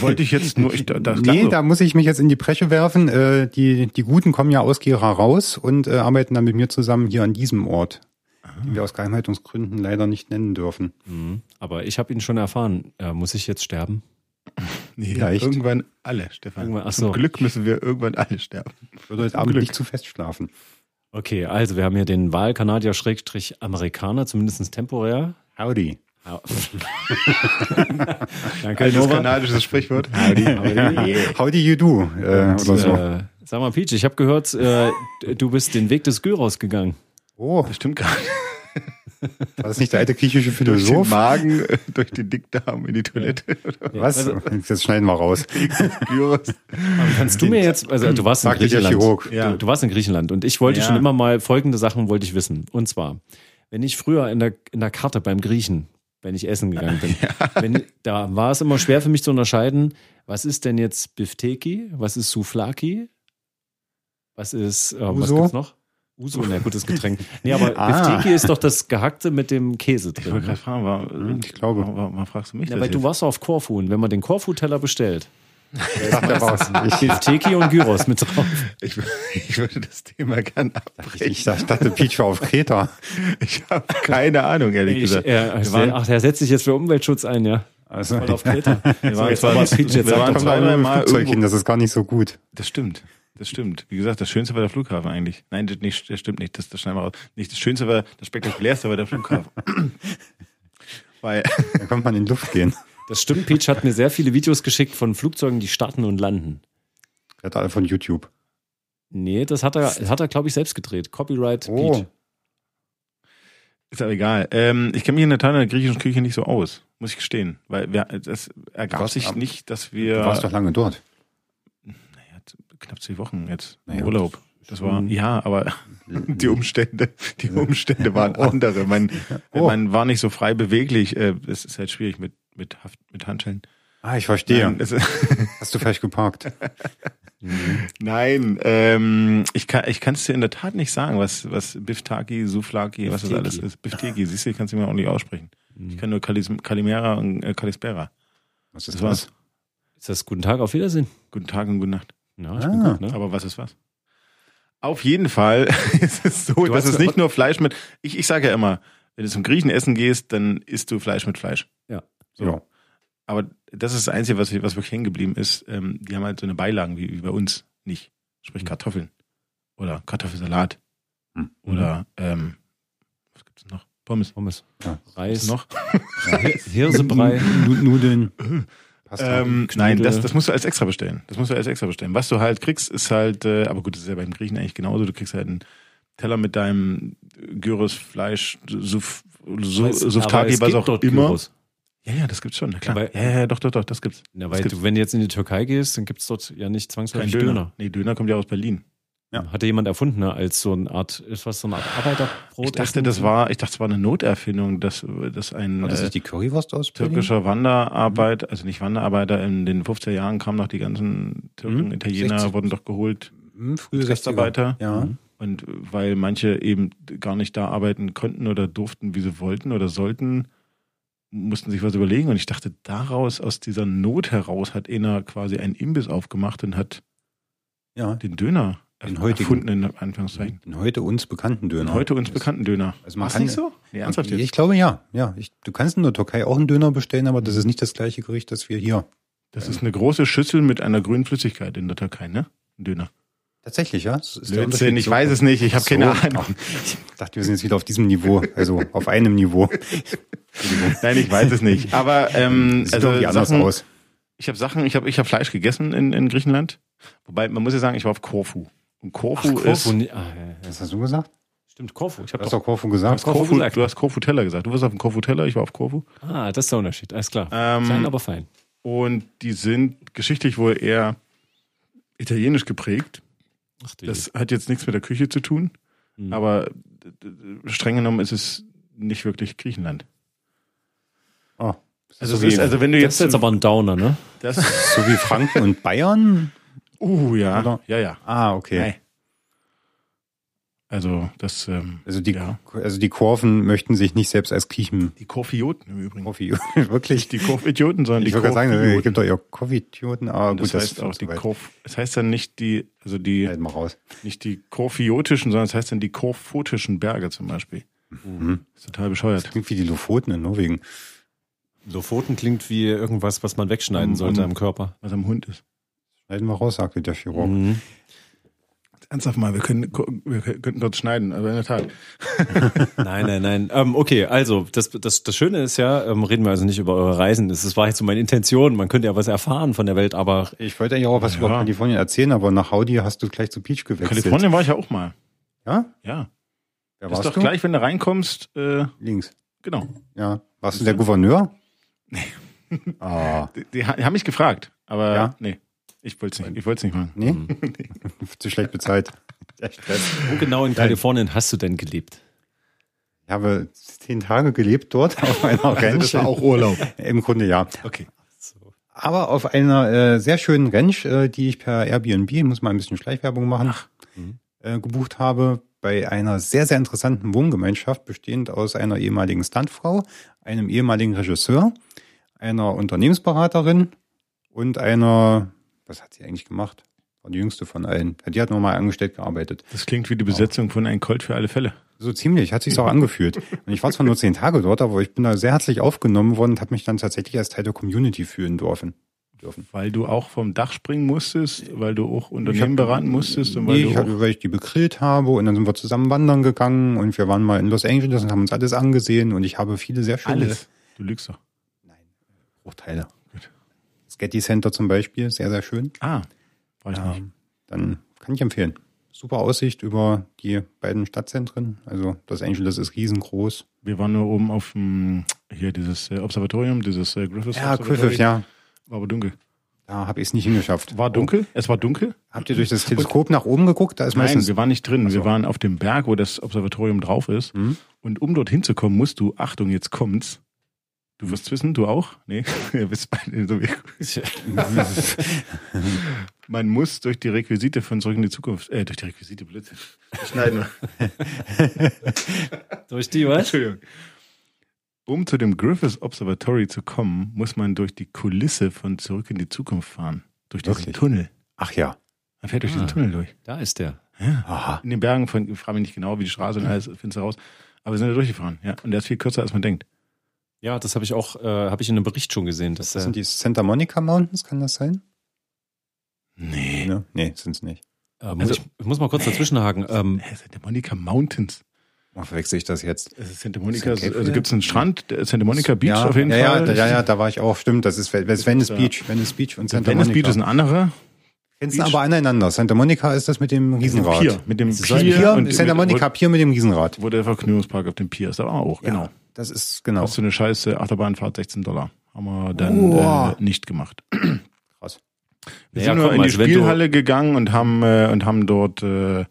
[SPEAKER 4] Wollte ich jetzt nur, ich, da, das klang
[SPEAKER 3] nee,
[SPEAKER 4] so.
[SPEAKER 3] da muss ich mich jetzt in die Presche werfen. Äh, die, die Guten kommen ja aus GH raus und äh, arbeiten dann mit mir zusammen hier an diesem Ort, den wir aus Geheimhaltungsgründen leider nicht nennen dürfen.
[SPEAKER 2] Mhm. Aber ich habe ihn schon erfahren. Äh, muss ich jetzt sterben?
[SPEAKER 4] nee,
[SPEAKER 3] vielleicht.
[SPEAKER 4] irgendwann alle, Stefan.
[SPEAKER 2] Irgendwann- ach so.
[SPEAKER 4] Zum Glück müssen wir irgendwann alle sterben.
[SPEAKER 3] Würde heute Abend nicht zu fest schlafen.
[SPEAKER 2] Okay, also wir haben hier den Wahlkanadier-Amerikaner, zumindest temporär.
[SPEAKER 3] Howdy.
[SPEAKER 2] Ja.
[SPEAKER 4] Danke,
[SPEAKER 2] Altes
[SPEAKER 4] Altes Nova.
[SPEAKER 3] kanadisches Sprichwort.
[SPEAKER 4] Howdy, howdy.
[SPEAKER 3] How do you do? Äh, oder so.
[SPEAKER 2] Äh, sag mal, Peach, ich habe gehört, äh, du bist den Weg des Gyros gegangen.
[SPEAKER 3] Oh,
[SPEAKER 4] Das stimmt gar nicht.
[SPEAKER 3] war das nicht der alte griechische
[SPEAKER 4] Durch den
[SPEAKER 3] Philosoph?
[SPEAKER 4] Magen, äh, durch den Dickdarm in die Toilette.
[SPEAKER 3] Was?
[SPEAKER 4] also,
[SPEAKER 3] Jetzt schneiden wir raus.
[SPEAKER 4] Gyros.
[SPEAKER 2] Kannst du mir jetzt, also du warst in
[SPEAKER 3] Sagte der
[SPEAKER 2] Griechenland.
[SPEAKER 3] Chirurg.
[SPEAKER 4] Ja.
[SPEAKER 2] Du, du warst in Griechenland und ich wollte
[SPEAKER 4] Ja.
[SPEAKER 2] schon immer mal folgende Sachen wollte ich wissen. Und zwar, wenn ich früher in der, in der Karte beim Griechen, wenn ich essen gegangen bin, wenn, da war es immer schwer für mich zu unterscheiden, was ist denn jetzt Bifteki, was ist Souflaki, was ist, äh, was
[SPEAKER 3] Uso?
[SPEAKER 2] gibt's noch? Uso, na gut, das Getränk. Nee, aber
[SPEAKER 3] Ah.
[SPEAKER 2] Bifteki ist doch das Gehackte mit dem Käse
[SPEAKER 4] Ich wollte
[SPEAKER 2] drin. ne?
[SPEAKER 4] gerade fragen, war,
[SPEAKER 3] Ich glaube.
[SPEAKER 4] Warum, warum fragst du mich
[SPEAKER 2] Ja,
[SPEAKER 4] das
[SPEAKER 2] weil du
[SPEAKER 4] jetzt?
[SPEAKER 2] warst auf Korfu und wenn man den Korfu-Teller bestellt,
[SPEAKER 3] Sagt er raus. Ich,
[SPEAKER 2] Bifteki und Gyros mit drauf.
[SPEAKER 4] Ich, ich würde das Thema gern abbrechen.
[SPEAKER 3] ich dachte, Peach war auf Kreta.
[SPEAKER 4] Ich habe keine Ahnung, ehrlich
[SPEAKER 2] Ich,
[SPEAKER 4] gesagt.
[SPEAKER 2] äh,
[SPEAKER 4] Wir
[SPEAKER 2] es
[SPEAKER 4] waren-
[SPEAKER 2] war, ach, der setzt sich jetzt für Umweltschutz ein, ja.
[SPEAKER 3] Also,
[SPEAKER 2] Voll auf Kreta.
[SPEAKER 4] wir waren
[SPEAKER 2] jetzt war das Peach, jetzt
[SPEAKER 4] wir
[SPEAKER 2] sagt
[SPEAKER 4] waren
[SPEAKER 2] er
[SPEAKER 3] kommt da
[SPEAKER 4] zwei, drei
[SPEAKER 3] nur mit
[SPEAKER 4] Mal
[SPEAKER 3] Flugzeug hin,
[SPEAKER 4] irgendwo.
[SPEAKER 3] das ist gar nicht so gut.
[SPEAKER 4] Das stimmt. Das stimmt. Wie gesagt, das Schönste war der Flughafen eigentlich. Nein, das, nicht, das stimmt nicht. Das, das schneiden wir raus. Nicht das Schönste war, das Spektakulärste war der Flughafen. Weil,
[SPEAKER 3] Da kommt man in die Luft gehen.
[SPEAKER 2] Das stimmt, Peach hat mir sehr viele Videos geschickt von Flugzeugen, die starten und landen.
[SPEAKER 3] Der hat alle von YouTube.
[SPEAKER 2] Nee, das hat er, das hat er glaube ich, selbst gedreht. Copyright
[SPEAKER 3] Oh.
[SPEAKER 2] Peach.
[SPEAKER 4] ist aber egal. Ähm, ich kenne mich in der Tat in der griechischen Küche nicht so aus, muss ich gestehen. Weil wir, das ergab
[SPEAKER 3] warst
[SPEAKER 4] sich
[SPEAKER 3] ab-
[SPEAKER 4] nicht, dass
[SPEAKER 3] Du
[SPEAKER 4] wir
[SPEAKER 3] warst doch lange dort.
[SPEAKER 4] naja, knapp zwei Wochen jetzt im
[SPEAKER 3] Naja,
[SPEAKER 4] Urlaub. Das war, ja, aber die Umstände, die Umstände waren
[SPEAKER 3] Oh.
[SPEAKER 4] andere. Man,
[SPEAKER 3] Oh.
[SPEAKER 4] man war nicht so frei beweglich. Äh, Es ist halt schwierig mit, mit, Haft, mit Handschellen.
[SPEAKER 3] Ah, ich verstehe.
[SPEAKER 4] Nein, es,
[SPEAKER 3] Hast du falsch geparkt?
[SPEAKER 4] Nein, ähm, ich kann ich kann es dir in der Tat nicht sagen, was was Biftaki, Souflaki, was das
[SPEAKER 2] Bifteki.
[SPEAKER 4] alles ist. Bifteki, siehst du, ich kann es mir auch nicht aussprechen.
[SPEAKER 2] Hm.
[SPEAKER 4] Ich kann nur Kalis, Kalimera und äh, Kalispera.
[SPEAKER 3] Was
[SPEAKER 4] Das war's.
[SPEAKER 2] Ist das Guten Tag, auf Wiedersehen?
[SPEAKER 4] Guten Tag und gute Nacht.
[SPEAKER 2] Ja, ich
[SPEAKER 3] Ah.
[SPEAKER 2] bin gut, ne?
[SPEAKER 4] Aber was ist was? Auf jeden Fall ist es so, dass
[SPEAKER 2] hast
[SPEAKER 4] es
[SPEAKER 2] mir-
[SPEAKER 4] nicht nur Fleisch mit. Ich, ich sage ja immer, wenn du zum Griechen essen gehst, dann isst du Fleisch mit Fleisch. So.
[SPEAKER 3] Ja.
[SPEAKER 4] Aber das ist das Einzige, was, was wirklich hängen geblieben ist. Ähm, die haben halt so eine Beilagen wie, wie bei uns nicht.
[SPEAKER 2] Hm.
[SPEAKER 4] Sprich Kartoffeln. Oder Kartoffelsalat.
[SPEAKER 3] Mhm.
[SPEAKER 4] Oder ähm, was gibt's noch? Pommes.
[SPEAKER 2] Pommes.
[SPEAKER 3] Ja.
[SPEAKER 4] Ist
[SPEAKER 2] Reis.
[SPEAKER 4] noch?
[SPEAKER 2] Hirsebrei.
[SPEAKER 3] Nu- Nudeln. halt. Pasta.
[SPEAKER 4] Ähm, nein,
[SPEAKER 2] Knödel.
[SPEAKER 4] das, das musst du als extra bestellen. Das musst du als extra bestellen. Was du halt kriegst, ist halt, äh, aber gut, das ist ja beim Griechen eigentlich genauso. Du kriegst halt einen Teller mit deinem Gyros, Fleisch, Suf, Suf,
[SPEAKER 2] Aber es- aber
[SPEAKER 4] Suftaki,
[SPEAKER 2] es
[SPEAKER 4] was
[SPEAKER 2] gibt
[SPEAKER 4] auch
[SPEAKER 2] dort
[SPEAKER 4] immer.
[SPEAKER 2] Gyros.
[SPEAKER 4] Ja, ja, das gibt's schon. na Klar.
[SPEAKER 2] Aber-
[SPEAKER 4] ja, ja, doch, doch, doch, das gibt's.
[SPEAKER 2] Na,
[SPEAKER 4] Das
[SPEAKER 2] weil
[SPEAKER 4] gibt's.
[SPEAKER 2] du, wenn du jetzt in die Türkei gehst, dann gibt es dort ja nicht
[SPEAKER 4] Kein
[SPEAKER 2] zwangsläufig
[SPEAKER 4] Döner.
[SPEAKER 2] Döner.
[SPEAKER 4] Nee, Döner kommt ja aus Berlin.
[SPEAKER 2] Hatte jemand erfunden, ne? als so eine Art, ist was so eine Art Arbeiterbrot.
[SPEAKER 4] Ich dachte, das war, ich dachte, es war eine Noterfindung, dass, dass ein
[SPEAKER 2] Oh,
[SPEAKER 3] War das
[SPEAKER 4] äh,
[SPEAKER 3] nicht die Currywurst aus Berlin?
[SPEAKER 4] türkischer Wanderarbeit, also nicht Wanderarbeiter, in den 50er Jahren kamen noch die ganzen Türken,
[SPEAKER 2] Hm?
[SPEAKER 3] Mhm.
[SPEAKER 4] Italiener
[SPEAKER 3] 60.
[SPEAKER 4] wurden doch geholt,
[SPEAKER 3] Hm, frühe 60er.
[SPEAKER 4] Gastarbeiter.
[SPEAKER 3] Ja.
[SPEAKER 4] Und weil manche eben gar nicht da arbeiten konnten oder durften, wie sie wollten oder sollten, mussten sich was überlegen. Und ich dachte, daraus, aus dieser Not heraus, hat einer quasi einen Imbiss aufgemacht und hat
[SPEAKER 3] Ja.
[SPEAKER 4] den Döner
[SPEAKER 3] Den
[SPEAKER 4] erf-
[SPEAKER 3] heutigen.
[SPEAKER 4] erfunden, in Anführungszeichen.
[SPEAKER 3] Den heute uns bekannten Döner.
[SPEAKER 4] Den heute uns
[SPEAKER 3] Das-
[SPEAKER 4] bekannten Döner.
[SPEAKER 3] Also man
[SPEAKER 4] War's
[SPEAKER 3] kann-
[SPEAKER 4] nicht so? Nee, ernsthaft jetzt.
[SPEAKER 3] Ich glaube ja. ja. Ich, du kannst in der Türkei auch einen Döner bestellen, aber das ist nicht das gleiche Gericht, das wir hier.
[SPEAKER 4] Das ist eine große Schüssel mit einer grünen Flüssigkeit in der Türkei, ne? Ein Döner.
[SPEAKER 3] Tatsächlich, ja? Das ist der
[SPEAKER 4] Blödsinn,
[SPEAKER 3] Unterschied.
[SPEAKER 4] ich weiß es nicht, ich habe
[SPEAKER 3] So.
[SPEAKER 4] keine Ahnung.
[SPEAKER 3] Ich dachte, wir sind jetzt wieder auf diesem Niveau, also auf einem Niveau.
[SPEAKER 4] Nein, ich weiß es nicht. Aber ähm,
[SPEAKER 3] Sieht
[SPEAKER 4] also
[SPEAKER 3] irgendwie anders
[SPEAKER 4] Sachen,
[SPEAKER 3] aus.
[SPEAKER 4] Ich habe Sachen, ich habe ich hab Fleisch gegessen in, in Griechenland. Wobei, man muss ja sagen, ich war auf Korfu. Und Korfu,
[SPEAKER 2] Korfu.
[SPEAKER 4] ist.
[SPEAKER 2] nee, Ah, ja, ja.
[SPEAKER 3] Was hast du gesagt?
[SPEAKER 2] Stimmt, Korfu. Ich hab
[SPEAKER 3] Du hast
[SPEAKER 2] doch,
[SPEAKER 3] doch Korfu gesagt.
[SPEAKER 2] Hast Korfu
[SPEAKER 4] Korfu,
[SPEAKER 2] gesagt.
[SPEAKER 4] du hast Korfu-Teller gesagt. Du warst auf dem Korfu-Teller, ich war auf Korfu.
[SPEAKER 2] ah, das ist der Unterschied. Alles klar.
[SPEAKER 4] Ähm,
[SPEAKER 2] Klein, aber fein.
[SPEAKER 4] Und die sind geschichtlich wohl eher italienisch geprägt.
[SPEAKER 2] Ach, du
[SPEAKER 4] Das hat jetzt nichts mit der Küche zu tun.
[SPEAKER 2] Mhm.
[SPEAKER 4] Aber d- d- streng genommen ist es nicht wirklich Griechenland.
[SPEAKER 3] Oh,
[SPEAKER 4] Also, es
[SPEAKER 3] so,
[SPEAKER 4] ist,
[SPEAKER 3] wie,
[SPEAKER 4] also wenn du
[SPEAKER 2] Das ist
[SPEAKER 4] jetzt.
[SPEAKER 2] jetzt aber ein Downer, ne?
[SPEAKER 4] das,
[SPEAKER 3] so wie Franken und Bayern?
[SPEAKER 4] uh, ja.
[SPEAKER 3] Oder?
[SPEAKER 4] Ja, ja.
[SPEAKER 3] Ah, okay.
[SPEAKER 4] Nein. Also, das. Ähm,
[SPEAKER 3] Also die,
[SPEAKER 4] Ja.
[SPEAKER 3] also die Korfen möten sich nicht selbst als Griechen.
[SPEAKER 4] die Korfioten im Übrigen.
[SPEAKER 3] Korfi, wirklich.
[SPEAKER 4] Nicht die Korfidioten, sondern
[SPEAKER 3] ich
[SPEAKER 4] die
[SPEAKER 3] würde gerade sagen, es
[SPEAKER 4] Korfioten.
[SPEAKER 3] gibt doch ihr Coffee-Tuten, aber
[SPEAKER 4] Das
[SPEAKER 3] gut,
[SPEAKER 4] heißt
[SPEAKER 3] das
[SPEAKER 4] auch die
[SPEAKER 3] so weit.
[SPEAKER 4] Korf. Es heißt dann nicht die, also die,
[SPEAKER 3] Schneiden wir raus.
[SPEAKER 4] nicht die Korfiotischen, sondern es heißt dann die Korfotischen Berge zum Beispiel.
[SPEAKER 3] Mhm.
[SPEAKER 4] Ist total bescheuert.
[SPEAKER 3] Klingt wie die Lofoten in Norwegen.
[SPEAKER 2] Lofoten klingt wie irgendwas, was man wegschneiden
[SPEAKER 4] Am-
[SPEAKER 2] sollte
[SPEAKER 4] am-
[SPEAKER 2] am Körper.
[SPEAKER 4] Was am Hund ist. Mhm.
[SPEAKER 3] Schneiden wir raus, sagte der Chirurg.
[SPEAKER 2] Mhm.
[SPEAKER 4] ernsthaft mal, wir, können, wir könnten dort schneiden, aber in der Tat.
[SPEAKER 2] Nein, nein, nein. Ähm, okay, also das, das, das Schöne ist ja, ähm, reden wir also nicht über eure Reisen. Das ist- war jetzt so meine Intention. Man könnte ja was erfahren von der Welt, aber
[SPEAKER 3] Ich wollte eigentlich auch was über Kalifornien erzählen, aber nach Howdy hast du gleich zu Peach gewechselt.
[SPEAKER 4] Kalifornien war ich ja auch mal.
[SPEAKER 3] Ja?
[SPEAKER 4] Ja.
[SPEAKER 3] Wer
[SPEAKER 4] ist
[SPEAKER 3] warst
[SPEAKER 4] doch
[SPEAKER 3] du?
[SPEAKER 4] gleich, wenn du reinkommst, äh,
[SPEAKER 3] Links.
[SPEAKER 4] genau.
[SPEAKER 3] Ja. Warst du der Gouverneur? Nee. Ah.
[SPEAKER 4] Die, die ha- die haben mich gefragt, aber
[SPEAKER 3] Ja.
[SPEAKER 4] nee, ich wollte es nicht, ich wollt's nicht machen.
[SPEAKER 3] Nee? Zu schlecht bezahlt. Der Stress.
[SPEAKER 2] wo genau in Kalifornien hast du denn gelebt?
[SPEAKER 3] Ich habe zehn Tage gelebt dort auf einer Ranch.
[SPEAKER 4] Urlaub.
[SPEAKER 3] Im Grunde ja.
[SPEAKER 4] Okay.
[SPEAKER 3] Aber auf einer äh, sehr schönen Ranch, äh, die ich per Airbnb, muss mal ein bisschen Schleichwerbung machen,
[SPEAKER 4] Mhm.
[SPEAKER 3] äh, gebucht habe, bei einer sehr, sehr interessanten Wohngemeinschaft, bestehend aus einer ehemaligen Stuntfrau, einem ehemaligen Regisseur, einer Unternehmensberaterin und einer, was hat sie eigentlich gemacht? War die jüngste von allen. Ja, Die hat nochmal angestellt gearbeitet.
[SPEAKER 4] Das klingt wie die Besetzung von Ein Colt für alle Fälle.
[SPEAKER 3] So ziemlich, hat sich's auch angefühlt. Und ich war zwar nur zehn Tage dort, aber ich bin da sehr herzlich aufgenommen worden und habe mich dann tatsächlich als Teil der Community fühlen dürfen. dürfen.
[SPEAKER 4] Weil du auch vom Dach springen musstest, weil du auch Unternehmen beraten musstest und weil
[SPEAKER 3] Nee,
[SPEAKER 4] du
[SPEAKER 3] ich
[SPEAKER 4] auch,
[SPEAKER 3] hatte, weil ich die begrillt habe und dann sind wir zusammen wandern gegangen und wir waren mal in Los Angeles und haben uns alles angesehen und ich habe viele sehr schöne
[SPEAKER 4] alles. Du lügst doch.
[SPEAKER 3] Bruchteile.
[SPEAKER 4] Gut.
[SPEAKER 3] Das Getty Center zum Beispiel, sehr, sehr schön.
[SPEAKER 4] Ah, war ich nicht.
[SPEAKER 3] Ähm, Dann kann ich empfehlen. Super Aussicht über die beiden Stadtzentren. Also Los Angeles ist riesengroß.
[SPEAKER 4] Wir waren nur oben auf dem, hier dieses äh, Observatorium, dieses äh, Griffiths.
[SPEAKER 3] Ja,
[SPEAKER 4] Observatorium.
[SPEAKER 3] Griffith, ja.
[SPEAKER 4] War aber dunkel.
[SPEAKER 3] Da habe ich es nicht hingeschafft.
[SPEAKER 4] War dunkel? Es war dunkel?
[SPEAKER 3] Habt ihr durch das Teleskop nach oben geguckt? Da ist
[SPEAKER 4] Nein,
[SPEAKER 3] meistens
[SPEAKER 4] wir waren nicht drin. Wir waren auf dem Berg, wo das Observatorium drauf ist. Und um dorthin zu kommen, musst du, Achtung, jetzt kommt's. Du wirst wissen, du auch? Nee, ihr wisst beide so wie. Man muss durch die Requisite von Zurück in die Zukunft, äh, durch die Requisite, Blödsinn. Schneiden wir.
[SPEAKER 2] Durch die was?
[SPEAKER 4] Entschuldigung. Um zu dem Griffiths Observatory zu kommen, muss man durch die Kulisse von Zurück in die Zukunft fahren. Durch diesen
[SPEAKER 3] Wirklich?
[SPEAKER 4] Tunnel.
[SPEAKER 3] Ach ja.
[SPEAKER 4] Man fährt durch
[SPEAKER 2] Ah.
[SPEAKER 4] diesen Tunnel durch.
[SPEAKER 2] Da ist der.
[SPEAKER 3] Aha.
[SPEAKER 4] In den Bergen von, ich frage mich nicht genau, wie die Straße und alles, findest du raus. Aber wir sind da durchgefahren, ja. Und der ist viel kürzer, als man denkt.
[SPEAKER 2] Ja, das habe ich auch, äh, habe ich in einem Bericht schon gesehen. Dass,
[SPEAKER 3] Das
[SPEAKER 2] äh,
[SPEAKER 3] sind die Santa Monica Mountains, kann das sein?
[SPEAKER 4] Nee.
[SPEAKER 3] Ne? Nee, sind es nicht.
[SPEAKER 2] äh, muss
[SPEAKER 4] also-
[SPEAKER 2] ich, ich muss mal kurz dazwischenhaken. Ähm,
[SPEAKER 4] Hä, Santa Monica Mountains.
[SPEAKER 3] Oh, verwechsel ich das jetzt?
[SPEAKER 4] Es ist Santa Monica,
[SPEAKER 3] Ist das ein
[SPEAKER 4] also
[SPEAKER 3] Cave?
[SPEAKER 4] gibt es einen Strand, der Santa Monica Beach
[SPEAKER 3] ja,
[SPEAKER 4] auf jeden
[SPEAKER 3] ja,
[SPEAKER 4] Fall.
[SPEAKER 3] Ja, da, ja, ja, da war ich auch. Stimmt, das ist Ve- Venice
[SPEAKER 4] da.
[SPEAKER 3] Beach. Venice Beach und Santa
[SPEAKER 4] Venice
[SPEAKER 3] Monica.
[SPEAKER 4] Beach ist ein anderer.
[SPEAKER 3] Grenzen aber aneinander. Santa Monica ist das mit dem Riesenrad.
[SPEAKER 4] Pier. Mit dem
[SPEAKER 3] Das ist ein
[SPEAKER 4] Pier.
[SPEAKER 3] Pier
[SPEAKER 4] und
[SPEAKER 3] Santa
[SPEAKER 4] mit-
[SPEAKER 3] Monica Pier mit dem Riesenrad.
[SPEAKER 4] Wo, wo der Vergnügungspark auf dem Pier ist, aber auch, genau.
[SPEAKER 3] Ja, das ist genau.
[SPEAKER 4] Hast du eine scheiße Achterbahnfahrt, 16 Dollar. Haben wir dann
[SPEAKER 3] Wow.
[SPEAKER 4] äh, nicht gemacht.
[SPEAKER 3] Krass.
[SPEAKER 4] Wir
[SPEAKER 2] Ja,
[SPEAKER 4] sind nur
[SPEAKER 2] komm,
[SPEAKER 4] in die
[SPEAKER 2] also wenn du-
[SPEAKER 4] Spielhalle gegangen und haben, äh, und haben dort äh,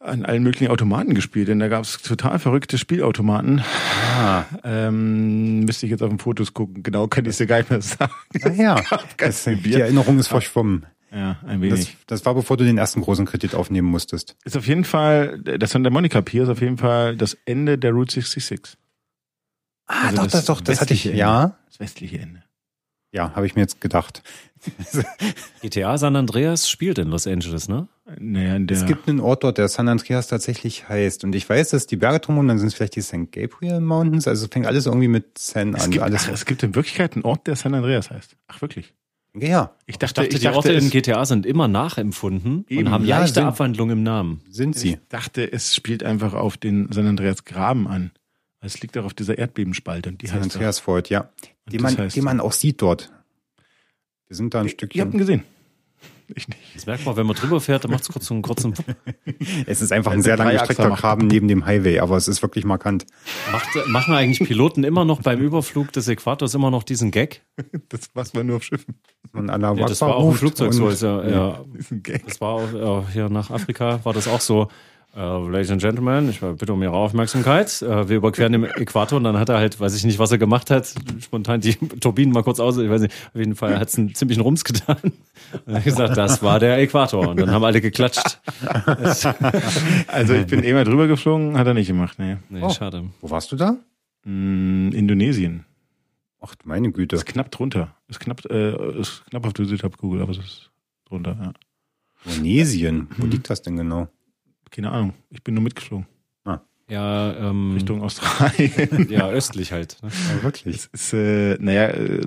[SPEAKER 4] an allen möglichen Automaten gespielt. Denn da gab es total verrückte Spielautomaten.
[SPEAKER 3] Ah,
[SPEAKER 4] Ähm, müsste ich jetzt auf den Fotos gucken. Genau kann ich dir gar nicht mehr sagen.
[SPEAKER 3] na ja.
[SPEAKER 4] ganz
[SPEAKER 3] Das,
[SPEAKER 4] viel
[SPEAKER 3] die
[SPEAKER 4] Bier.
[SPEAKER 3] Erinnerung ist verschwommen.
[SPEAKER 4] Ja, ein
[SPEAKER 3] Das,
[SPEAKER 4] wenig.
[SPEAKER 3] das war, bevor du den ersten großen Kredit aufnehmen musstest.
[SPEAKER 4] ist auf jeden Fall, das Santa Monica Pier ist auf jeden Fall das Ende der Route 66.
[SPEAKER 3] Ah,
[SPEAKER 4] Also
[SPEAKER 3] doch,
[SPEAKER 4] das
[SPEAKER 3] das, doch, das hatte ich.
[SPEAKER 4] westliche Ende.
[SPEAKER 3] Ja,
[SPEAKER 4] Das westliche Ende.
[SPEAKER 3] ja, habe ich mir jetzt gedacht.
[SPEAKER 2] GTA San Andreas spielt in Los Angeles, ne?
[SPEAKER 4] Naja, in der,
[SPEAKER 3] Es gibt einen Ort dort, der San Andreas tatsächlich heißt. Und ich weiß, dass die Berge drumherum, dann sind es vielleicht die St. Gabriel Mountains. Also es fängt alles irgendwie mit San
[SPEAKER 4] es
[SPEAKER 3] an.
[SPEAKER 4] gibt,
[SPEAKER 3] alles.
[SPEAKER 4] ach, es gibt in Wirklichkeit einen Ort, der San Andreas heißt. Ach, wirklich?
[SPEAKER 3] ja.
[SPEAKER 4] Ich
[SPEAKER 2] Ich dachte, die Orte in
[SPEAKER 4] es,
[SPEAKER 2] GTA sind immer nachempfunden
[SPEAKER 4] Eben,
[SPEAKER 2] und haben
[SPEAKER 3] ja,
[SPEAKER 2] leichte
[SPEAKER 3] sind-
[SPEAKER 2] Abwandlung im Namen.
[SPEAKER 3] sind sie.
[SPEAKER 4] ich dachte, es spielt einfach auf den San Andreas Graben an. Es liegt auch auf dieser Erdbebenspalte und die
[SPEAKER 3] San
[SPEAKER 4] heißt
[SPEAKER 3] Andreas Freud, ja.
[SPEAKER 4] Und
[SPEAKER 3] Die
[SPEAKER 4] das
[SPEAKER 3] man,
[SPEAKER 4] heißt-
[SPEAKER 3] die man auch sieht dort. Wir sind da ein
[SPEAKER 4] Ihr habt ihn
[SPEAKER 3] Stückchen.
[SPEAKER 4] gesehen. Ich nicht.
[SPEAKER 2] Das merkt man, wenn man drüber fährt, dann macht es kurz so einen kurzen.
[SPEAKER 3] Es ist einfach ein
[SPEAKER 4] Also
[SPEAKER 3] sehr lang
[SPEAKER 4] Dreiachser
[SPEAKER 3] gestreckter
[SPEAKER 4] macht-
[SPEAKER 3] Graben neben dem Highway, aber es ist wirklich markant.
[SPEAKER 2] Macht, machen eigentlich Piloten immer noch beim Überflug des Äquators immer noch diesen Gag?
[SPEAKER 4] Das macht man nur auf Schiffen.
[SPEAKER 3] Man Allah
[SPEAKER 2] Ja, das war auch im Flugzeug so. Ist ja, ja,
[SPEAKER 4] Das ist ein Gag.
[SPEAKER 2] das war auch äh, hier nach Afrika, war das auch so. Äh, Ladies and Gentlemen, ich bitte um Ihre Aufmerksamkeit. Äh, wir überqueren den Äquator und dann hat er halt, weiß ich nicht, was er gemacht hat, spontan die Turbinen mal kurz aus. Ich weiß nicht, auf jeden Fall hat es einen ziemlichen Rums getan. Und er hat gesagt, das war der Äquator. Und dann haben alle geklatscht.
[SPEAKER 4] Also ich bin eh mal drüber geflogen, hat er nicht gemacht, nee.
[SPEAKER 2] Nee,
[SPEAKER 3] Oh.
[SPEAKER 2] schade.
[SPEAKER 3] Wo warst du da?
[SPEAKER 4] Mm, Indonesien.
[SPEAKER 3] Ach, du meine Güte.
[SPEAKER 4] Ist knapp drunter. Ist knapp, äh, ist knapp auf der Südhalbkugel, aber es ist drunter, ja.
[SPEAKER 3] Indonesien. Wo liegt das denn genau?
[SPEAKER 4] Keine Ahnung. Ich bin nur mitgeflogen.
[SPEAKER 2] Ja, ähm,
[SPEAKER 4] Richtung Australien.
[SPEAKER 2] ja, östlich halt. ne?
[SPEAKER 3] Ja, wirklich.
[SPEAKER 4] Es ist, äh, naja, äh,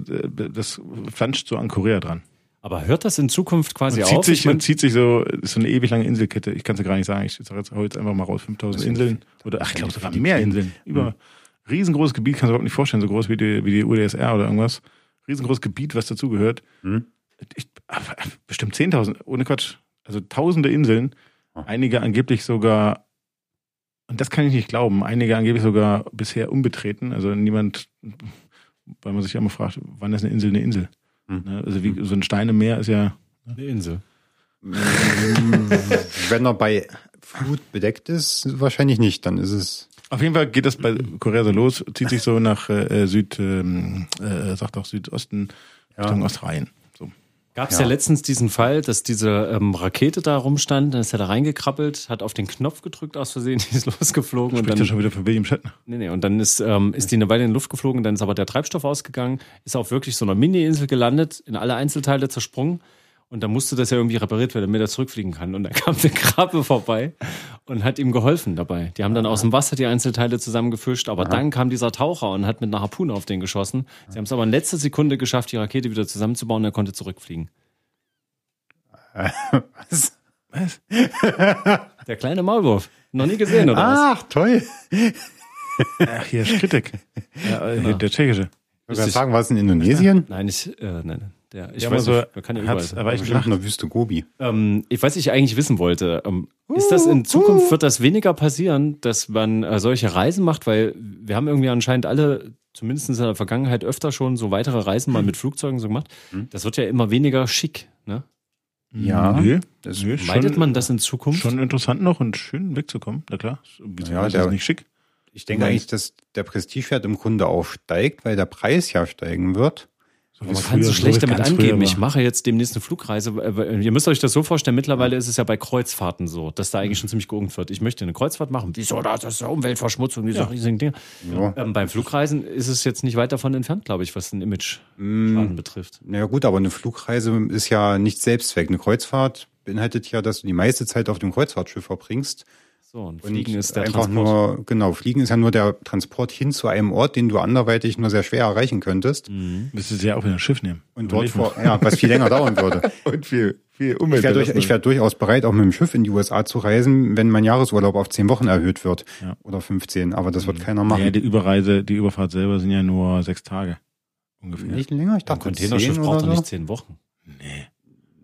[SPEAKER 4] das flanscht so an Korea dran.
[SPEAKER 2] Aber hört das in Zukunft quasi
[SPEAKER 4] Man
[SPEAKER 2] auf?
[SPEAKER 4] zieht, sich,
[SPEAKER 2] Ich mein,
[SPEAKER 4] man zieht sich so, ist so eine ewig lange Inselkette. Ich kann es ja gar nicht sagen. Ich sage jetzt, hau jetzt einfach mal raus, 5000
[SPEAKER 3] Das sind-
[SPEAKER 4] Inseln. Oder, ach, ich glaube sogar
[SPEAKER 3] die Mhm.
[SPEAKER 4] mehr
[SPEAKER 3] Philippinen.
[SPEAKER 4] Inseln. Über riesengroßes Gebiet, kannst du überhaupt nicht vorstellen, so groß wie die, wie die UdSR oder irgendwas. Riesengroßes Gebiet, was dazugehört.
[SPEAKER 3] Hm.
[SPEAKER 4] Ich- aber äh, Bestimmt 10.000, ohne Quatsch. Also tausende Inseln.
[SPEAKER 3] Ah.
[SPEAKER 4] Einige angeblich sogar, und das kann ich nicht glauben, einige angeblich sogar bisher unbetreten. Also niemand, weil man sich ja immer fragt, wann ist eine Insel eine Insel?
[SPEAKER 3] Hm.
[SPEAKER 4] Ne? Also wie, so ein Stein im Meer ist ja,
[SPEAKER 2] eine Insel.
[SPEAKER 3] Wenn er bei Flut bedeckt ist, wahrscheinlich nicht. Dann ist es.
[SPEAKER 4] Auf jeden Fall geht das bei Korea so los, zieht sich so nach äh, äh, Süd, ähm, äh, sagt auch Südosten, Richtung Australien. So.
[SPEAKER 2] Gab es ja.
[SPEAKER 3] Ja.
[SPEAKER 2] letztens diesen Fall, dass diese ähm, Rakete da rumstand, dann ist er da reingekrabbelt, hat auf den Knopf gedrückt aus Versehen, die ist losgeflogen und
[SPEAKER 4] Spricht ja
[SPEAKER 2] dann,
[SPEAKER 4] schon wieder von William Shatner.
[SPEAKER 2] nee, nee, und dann ist, ähm, ist die eine Weile in die Luft geflogen, dann ist aber der Treibstoff ausgegangen, ist auf wirklich so einer Mini-Insel gelandet, in alle Einzelteile zersprungen und dann musste das ja irgendwie repariert werden, damit er zurückfliegen kann. Und dann kam eine Krabbe vorbei und hat ihm geholfen dabei. Die haben dann aus dem Wasser die Einzelteile zusammengefischt, aber dann kam dieser Taucher und hat mit einer Harpune auf den geschossen. Sie haben es aber in letzter Sekunde geschafft, die Rakete wieder zusammenzubauen und er konnte zurückfliegen.
[SPEAKER 3] Was?
[SPEAKER 4] Was?
[SPEAKER 2] Der kleine Maulwurf. Noch nie gesehen, oder
[SPEAKER 4] Ah.
[SPEAKER 2] was?
[SPEAKER 3] Ach, toll.
[SPEAKER 4] Ach, hier Schrittek. ja, äh, hier, der tschechische.
[SPEAKER 3] Ich würde sagen, war es in Indonesien?
[SPEAKER 2] genau. Nein, ich, äh, nein, der, ich
[SPEAKER 4] Ja,
[SPEAKER 2] weiß
[SPEAKER 4] also aber so
[SPEAKER 2] nicht, man kann ja überall.
[SPEAKER 4] Hat's
[SPEAKER 2] sein.
[SPEAKER 4] erreicht
[SPEAKER 3] Bestimmt
[SPEAKER 4] gelacht.
[SPEAKER 3] in der Wüste Gobi.
[SPEAKER 2] Ähm, ich weiß, ich eigentlich wissen wollte, ähm, ist das in Zukunft, wird das weniger passieren, dass man äh, solche Reisen macht, weil wir haben irgendwie anscheinend alle, zumindest in der Vergangenheit, öfter schon so weitere Reisen mal mit Flugzeugen so gemacht.
[SPEAKER 4] Hm.
[SPEAKER 2] Das wird ja immer weniger schick, ne?
[SPEAKER 3] Ja.
[SPEAKER 4] Nö,
[SPEAKER 3] Das
[SPEAKER 4] nö,
[SPEAKER 2] Meidet
[SPEAKER 4] schon,
[SPEAKER 2] man das in Zukunft?
[SPEAKER 4] schon interessant noch und schön wegzukommen, na klar. Wieso
[SPEAKER 3] Ja,
[SPEAKER 4] ist
[SPEAKER 3] der-
[SPEAKER 4] das nicht schick?
[SPEAKER 3] Ich denke eigentlich, dass der Prestigewert im Grunde aufsteigt, weil der Preis ja steigen wird.
[SPEAKER 4] So wie
[SPEAKER 2] Man
[SPEAKER 4] es
[SPEAKER 2] kann
[SPEAKER 4] früher-
[SPEAKER 2] so schlecht
[SPEAKER 4] wie es
[SPEAKER 2] damit
[SPEAKER 4] ganz
[SPEAKER 2] angeben,
[SPEAKER 4] früher
[SPEAKER 2] ich
[SPEAKER 4] war.
[SPEAKER 2] mache jetzt demnächst eine Flugreise. Äh, Ihr müsst euch das so vorstellen, mittlerweile ist es ja bei Kreuzfahrten so, dass da eigentlich schon ziemlich geungt wird. Ich möchte eine Kreuzfahrt machen. Wieso das? Das ist ja Umweltverschmutzung, diese riesigen Dinge.
[SPEAKER 3] Ja.
[SPEAKER 2] Ähm, beim Flugreisen ist es jetzt nicht weit davon entfernt, glaube ich, was den Image-Schaden betrifft.
[SPEAKER 3] Naja gut, aber eine Flugreise ist ja nicht Selbstzweck. Eine Kreuzfahrt beinhaltet ja, dass du die meiste Zeit auf dem Kreuzfahrtschiff verbringst.
[SPEAKER 2] So, und,
[SPEAKER 3] Und
[SPEAKER 2] Fliegen ist der
[SPEAKER 3] einfach
[SPEAKER 2] Transport.
[SPEAKER 3] nur, genau, Fliegen ist ja nur der Transport hin zu einem Ort, den du anderweitig nur sehr schwer erreichen könntest.
[SPEAKER 2] Mhm.
[SPEAKER 4] Müsstest du ja auch wieder ein Schiff nehmen.
[SPEAKER 3] Und dort
[SPEAKER 4] Überleg mal.
[SPEAKER 3] vor, ja, was viel länger dauern würde.
[SPEAKER 4] Und viel, viel
[SPEAKER 3] Ich wäre durch, ich wär durchaus bereit, auch mit dem Schiff in die USA zu reisen, wenn mein Jahresurlaub auf zehn Wochen erhöht wird.
[SPEAKER 4] Ja. Mhm.
[SPEAKER 3] Oder 15, aber das wird keiner
[SPEAKER 4] Ja,
[SPEAKER 3] machen.
[SPEAKER 4] die Überreise, die Überfahrt selber sind ja nur sechs Tage. Ungefähr.
[SPEAKER 3] nicht länger, ich
[SPEAKER 2] Ein
[SPEAKER 3] dachte
[SPEAKER 2] Containerschiff
[SPEAKER 3] 10
[SPEAKER 2] braucht
[SPEAKER 3] oder
[SPEAKER 2] doch
[SPEAKER 3] so.
[SPEAKER 2] nicht zehn Wochen.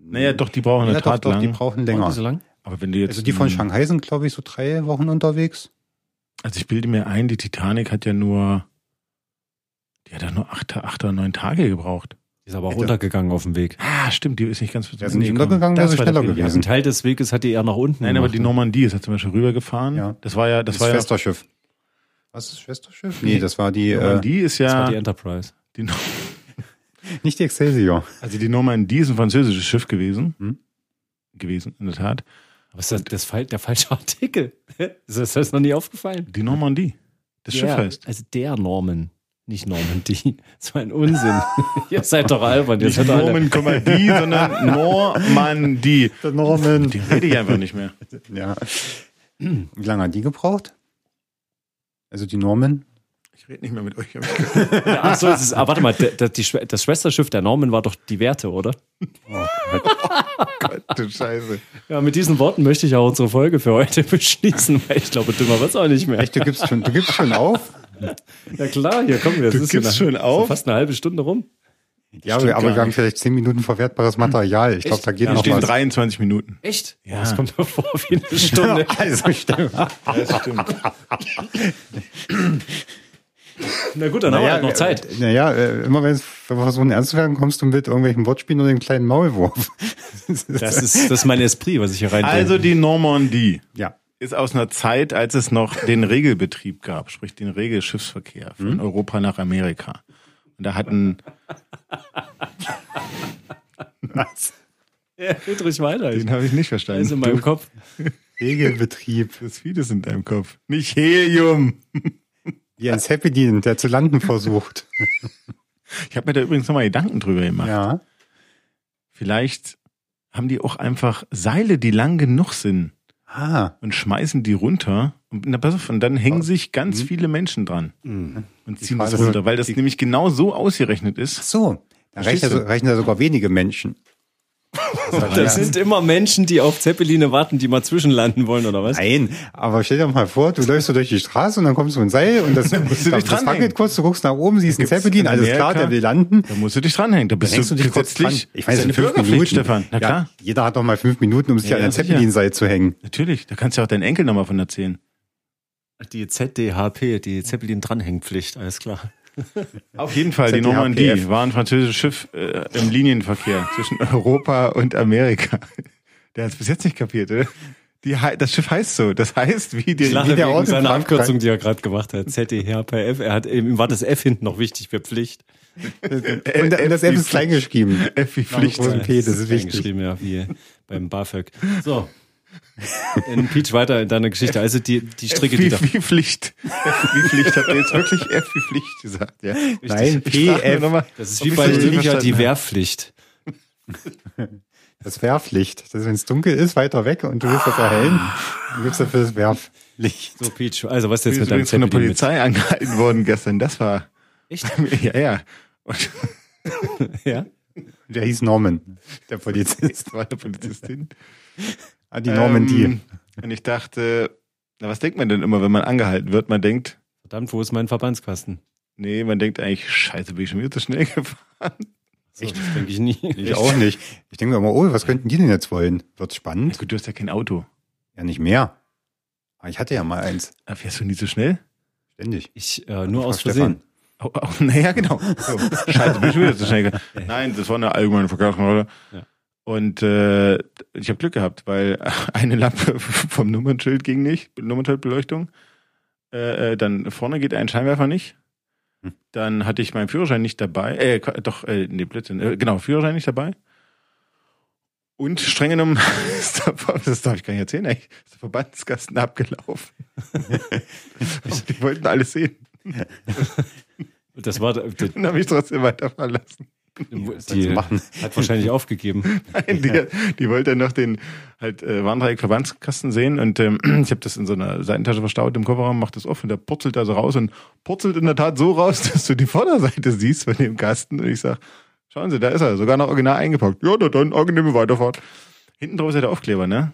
[SPEAKER 4] Naja, doch, die brauchen in
[SPEAKER 3] Ja,
[SPEAKER 4] der
[SPEAKER 3] doch,
[SPEAKER 4] Tat
[SPEAKER 3] doch, die
[SPEAKER 4] lang.
[SPEAKER 3] brauchen
[SPEAKER 2] Brauchen
[SPEAKER 3] länger.
[SPEAKER 2] die so lang?
[SPEAKER 4] Aber wenn du jetzt.
[SPEAKER 3] Also die von
[SPEAKER 4] mh,
[SPEAKER 3] Shanghai sind, glaube ich, so drei Wochen unterwegs.
[SPEAKER 4] Also ich bilde mir ein, die Titanic hat ja nur, die hat ja nur acht, acht oder neun Tage gebraucht.
[SPEAKER 2] Die ist aber auch
[SPEAKER 3] Hätte.
[SPEAKER 2] runtergegangen auf dem Weg.
[SPEAKER 4] Ah, stimmt, die ist nicht ganz
[SPEAKER 3] Wäre sie nicht untergegangen, wäre
[SPEAKER 4] Das
[SPEAKER 3] sie
[SPEAKER 4] war der
[SPEAKER 3] schneller
[SPEAKER 4] Fehler.
[SPEAKER 2] Also
[SPEAKER 3] gewesen.
[SPEAKER 2] ein Teil des Weges hat die eher nach unten.
[SPEAKER 4] Nein, aber die
[SPEAKER 2] gemacht. ne?
[SPEAKER 4] Normandie ist ja zum Beispiel rübergefahren.
[SPEAKER 3] Ja.
[SPEAKER 4] Das war ja, das war ja,
[SPEAKER 3] Schwesterschiff. Was ist Schwesterschiff? Nee, das war die,
[SPEAKER 4] die
[SPEAKER 3] äh,
[SPEAKER 4] Normandie ist
[SPEAKER 2] Das war
[SPEAKER 4] ja,
[SPEAKER 2] die Enterprise.
[SPEAKER 4] die Nor-
[SPEAKER 3] nicht die Excelsior.
[SPEAKER 4] also die Normandie ist ein französisches Schiff gewesen.
[SPEAKER 3] Hm.
[SPEAKER 4] Gewesen, in der Tat.
[SPEAKER 2] Aber ist das, das Fall, der falsche Artikel? ist das, das noch nie aufgefallen?
[SPEAKER 4] Die Normandie. Das Schiff
[SPEAKER 2] der,
[SPEAKER 4] heißt.
[SPEAKER 2] Also der Norman, nicht Norman die. Das war ein Unsinn. ihr seid doch albern. Ihr
[SPEAKER 4] Nicht
[SPEAKER 2] seid doch alle.
[SPEAKER 4] Norman, Komma, die, sondern Normandie.
[SPEAKER 3] Der Norman.
[SPEAKER 4] Die rede ich einfach nicht mehr.
[SPEAKER 3] Ja. Wie lange hat die gebraucht? Also die Norman?
[SPEAKER 4] Ich rede nicht mehr mit euch.
[SPEAKER 2] Ach so, es ist, ah, warte mal, der, der, die, Schwe- das Schwesterschiff der Norman war doch die Werte, oder?
[SPEAKER 3] Oh,
[SPEAKER 4] Gott, Scheiße.
[SPEAKER 2] Ja, mit diesen Worten möchte ich auch unsere Folge für heute beschließen, weil ich glaube, dümmer wird's auch nicht mehr.
[SPEAKER 3] Echt, du gibst schon, du gibst schon auf?
[SPEAKER 2] Ja klar, hier kommen wir. Es
[SPEAKER 4] Du
[SPEAKER 2] hier
[SPEAKER 4] gibst
[SPEAKER 2] eine-
[SPEAKER 4] schon auf?
[SPEAKER 2] ist Fast eine halbe Stunde rum.
[SPEAKER 3] Ja, aber, aber wir haben vielleicht zehn Minuten verwertbares Material. Ich glaube, da geht
[SPEAKER 4] Hier
[SPEAKER 3] noch
[SPEAKER 4] stehen
[SPEAKER 3] was.
[SPEAKER 4] 23 Minuten.
[SPEAKER 2] Echt? Ja. Das kommt mir vor wie eine Stunde.
[SPEAKER 3] Also stimmt.
[SPEAKER 4] Das stimmt.
[SPEAKER 2] Na gut, dann haben wir halt noch Zeit.
[SPEAKER 3] Naja, äh, immer wenn es- wenn wir versuchen ernst zu werden, kommst du mit irgendwelchen Wortspielen und dem kleinen Maulwurf.
[SPEAKER 2] Das ist, das ist mein Esprit, was ich hier reinbringe.
[SPEAKER 4] Also die Normandie
[SPEAKER 3] ja.
[SPEAKER 4] ist aus einer Zeit, als es noch den Regelbetrieb gab, sprich den Regelschiffsverkehr
[SPEAKER 3] Hm?
[SPEAKER 4] von Europa nach Amerika. Und da hatten
[SPEAKER 2] ja, red ruhig weiter. Ich
[SPEAKER 4] den habe ich nicht verstanden.
[SPEAKER 2] ist in meinem Kopf.
[SPEAKER 3] Regelbetrieb.
[SPEAKER 4] Also das Vieh ist in deinem Kopf. Nicht Helium.
[SPEAKER 3] Wie ein Zeppelin, der zu landen versucht.
[SPEAKER 4] Ich habe mir da übrigens nochmal Gedanken drüber gemacht.
[SPEAKER 3] Ja.
[SPEAKER 4] Vielleicht haben die auch einfach Seile, die lang genug sind
[SPEAKER 3] Ah,
[SPEAKER 4] und schmeißen die runter. Und, na, pass auf, und dann hängen sich ganz viele Menschen dran und
[SPEAKER 3] Hm?
[SPEAKER 4] ziehen
[SPEAKER 3] Frage
[SPEAKER 4] das
[SPEAKER 3] ist-
[SPEAKER 4] runter, weil das nämlich genau so ausgerechnet ist.
[SPEAKER 3] so. Da reichen
[SPEAKER 4] Verstehst
[SPEAKER 3] ja, so-
[SPEAKER 4] du?
[SPEAKER 3] reichen ja sogar wenige Menschen.
[SPEAKER 2] Das sind immer Menschen, die auf Zeppeline warten, die mal zwischenlanden wollen, oder was?
[SPEAKER 3] Nein, aber stell dir mal vor, du läufst so durch die Straße und dann kommst du ein Seil und das,
[SPEAKER 4] musst du
[SPEAKER 3] das,
[SPEAKER 4] dich
[SPEAKER 3] das
[SPEAKER 4] dranhängen.
[SPEAKER 3] wackelt kurz, du guckst nach oben, siehst einen
[SPEAKER 4] Gibt's
[SPEAKER 3] Zeppelin,
[SPEAKER 4] in
[SPEAKER 3] alles klar,
[SPEAKER 4] Amerika?
[SPEAKER 3] der will landen.
[SPEAKER 4] Da musst du dich dranhängen. Da bist
[SPEAKER 3] hängst
[SPEAKER 4] du,
[SPEAKER 3] dich kurz dran.
[SPEAKER 4] gesetzlich.
[SPEAKER 3] Ich weiß,
[SPEAKER 4] das
[SPEAKER 3] in
[SPEAKER 4] ist
[SPEAKER 3] fünf
[SPEAKER 4] Bürgerpflicht,
[SPEAKER 3] Minuten,
[SPEAKER 4] Stefan. Na
[SPEAKER 3] ja,
[SPEAKER 4] klar.
[SPEAKER 3] Jeder hat doch mal fünf Minuten, um sich
[SPEAKER 4] Ja,
[SPEAKER 3] an ein
[SPEAKER 4] sicher.
[SPEAKER 3] Zeppelin-Seil zu hängen.
[SPEAKER 4] Natürlich. Da kannst du ja auch deinen Enkel nochmal von erzählen.
[SPEAKER 2] Die ZDHP, die Zeppelin-Dranhängpflicht, alles klar.
[SPEAKER 4] Auf jeden Fall, die
[SPEAKER 3] ZDHPF.
[SPEAKER 4] Normandie war ein französisches Schiff äh, im Linienverkehr zwischen Europa und Amerika. Der hat es bis jetzt nicht kapiert, oder? Die, hei- das Schiff heißt so. Das heißt, wie die,
[SPEAKER 2] Ich lache
[SPEAKER 4] wie der
[SPEAKER 2] wegen
[SPEAKER 4] Ort in
[SPEAKER 2] seiner
[SPEAKER 4] Frankreich-
[SPEAKER 2] Abkürzung, die er gerade gemacht hat. ZDHPF, er hat, ihm war das F hinten noch wichtig für Pflicht.
[SPEAKER 4] Äh,
[SPEAKER 3] Und, und das F ist klein geschrieben.
[SPEAKER 4] F wie Pflicht.
[SPEAKER 3] Großen P, das ist wichtig.
[SPEAKER 2] Geschrieben, ja, wie beim BAföG. So. In Peach weiter in deiner Geschichte. Also die, die Stricke,
[SPEAKER 4] F wie,
[SPEAKER 2] die da.
[SPEAKER 4] wie Pflicht. F wie Pflicht. Habt ihr jetzt wirklich F wie Pflicht gesagt? Ja.
[SPEAKER 3] Nein,
[SPEAKER 4] Ich
[SPEAKER 3] P,
[SPEAKER 4] frag nur noch
[SPEAKER 3] F,
[SPEAKER 4] mal,
[SPEAKER 2] Das ist
[SPEAKER 4] ob
[SPEAKER 2] wie
[SPEAKER 4] ich
[SPEAKER 2] bei
[SPEAKER 4] das richtig
[SPEAKER 2] Liga die
[SPEAKER 4] verstanden habe.
[SPEAKER 2] Wehrpflicht.
[SPEAKER 3] das Werflicht. Das, wenn es dunkel ist, weiter weg und du willst das erhellen,
[SPEAKER 4] Ah.
[SPEAKER 3] du gibst dafür das Werflicht.
[SPEAKER 2] So, Peach, also was ist
[SPEAKER 4] Ich
[SPEAKER 2] jetzt
[SPEAKER 4] bin
[SPEAKER 2] mit deinem
[SPEAKER 4] übrigens von der
[SPEAKER 2] Zeppelin? Mit?
[SPEAKER 4] Polizei angehalten worden gestern. Das war.
[SPEAKER 2] Echt?
[SPEAKER 4] Ja, ja. Und
[SPEAKER 2] Ja?
[SPEAKER 3] Der hieß Norman, der Polizist.
[SPEAKER 4] das war eine Polizistin.
[SPEAKER 3] Ah, die Normandie.
[SPEAKER 4] Ähm, und ich dachte, na, was denkt man denn immer, wenn man angehalten wird? Man denkt,
[SPEAKER 2] Verdammt, wo ist mein Verbandskasten?
[SPEAKER 4] nee, man denkt eigentlich, scheiße, bin ich schon wieder zu schnell gefahren.
[SPEAKER 2] So, Echt? Das denke ich nie.
[SPEAKER 3] ich auch nicht. Ich denke mir immer, oh, was könnten die denn jetzt wollen? Wird
[SPEAKER 4] Na
[SPEAKER 3] spannend.
[SPEAKER 4] gut, du hast ja kein Auto.
[SPEAKER 3] Ja, nicht mehr. Aber ich hatte ja mal eins.
[SPEAKER 4] Aber Äh, fährst du nie so schnell?
[SPEAKER 3] Ständig.
[SPEAKER 2] Ich, äh, nur
[SPEAKER 3] Frau
[SPEAKER 2] aus Versehen.
[SPEAKER 4] Oh, oh, naja, genau. So, scheiße, bin ich schon wieder zu schnell gefahren. Nein, das war eine allgemeine Verkehrskontrolle.
[SPEAKER 2] Ja.
[SPEAKER 4] Und äh, ich habe Glück gehabt, weil eine Lampe vom Nummernschild ging nicht, Nummernschildbeleuchtung. Äh, äh, dann vorne geht ein Scheinwerfer nicht.
[SPEAKER 3] Hm.
[SPEAKER 4] Dann hatte ich meinen Führerschein nicht dabei. Äh, Qua- doch, äh, nee, Blödsinn. Äh, genau, Führerschein nicht dabei. Und streng genommen, ist der Ver- das darf ich gar nicht erzählen, eigentlich, ist der Verbandskasten abgelaufen. Die wollten alles sehen.
[SPEAKER 2] Das war, die,
[SPEAKER 4] Und haben mich trotzdem weiterfahren lassen.
[SPEAKER 3] Die
[SPEAKER 2] die
[SPEAKER 3] machen.
[SPEAKER 2] hat wahrscheinlich aufgegeben.
[SPEAKER 4] Nein, die, die wollte dann noch den halt äh, Warndreieck Verbandskasten sehen und ähm, ich habe das in so einer Seitentasche verstaut im Kofferraum, mach das auf und der purzelt da so raus und purzelt in der Tat so raus, dass du die Vorderseite siehst von dem Kasten und ich sag, schauen Sie, da ist er, sogar noch original eingepackt. Ja, na dann angenehme Weiterfahrt. Hinten drauf ist ja der Aufkleber, ne?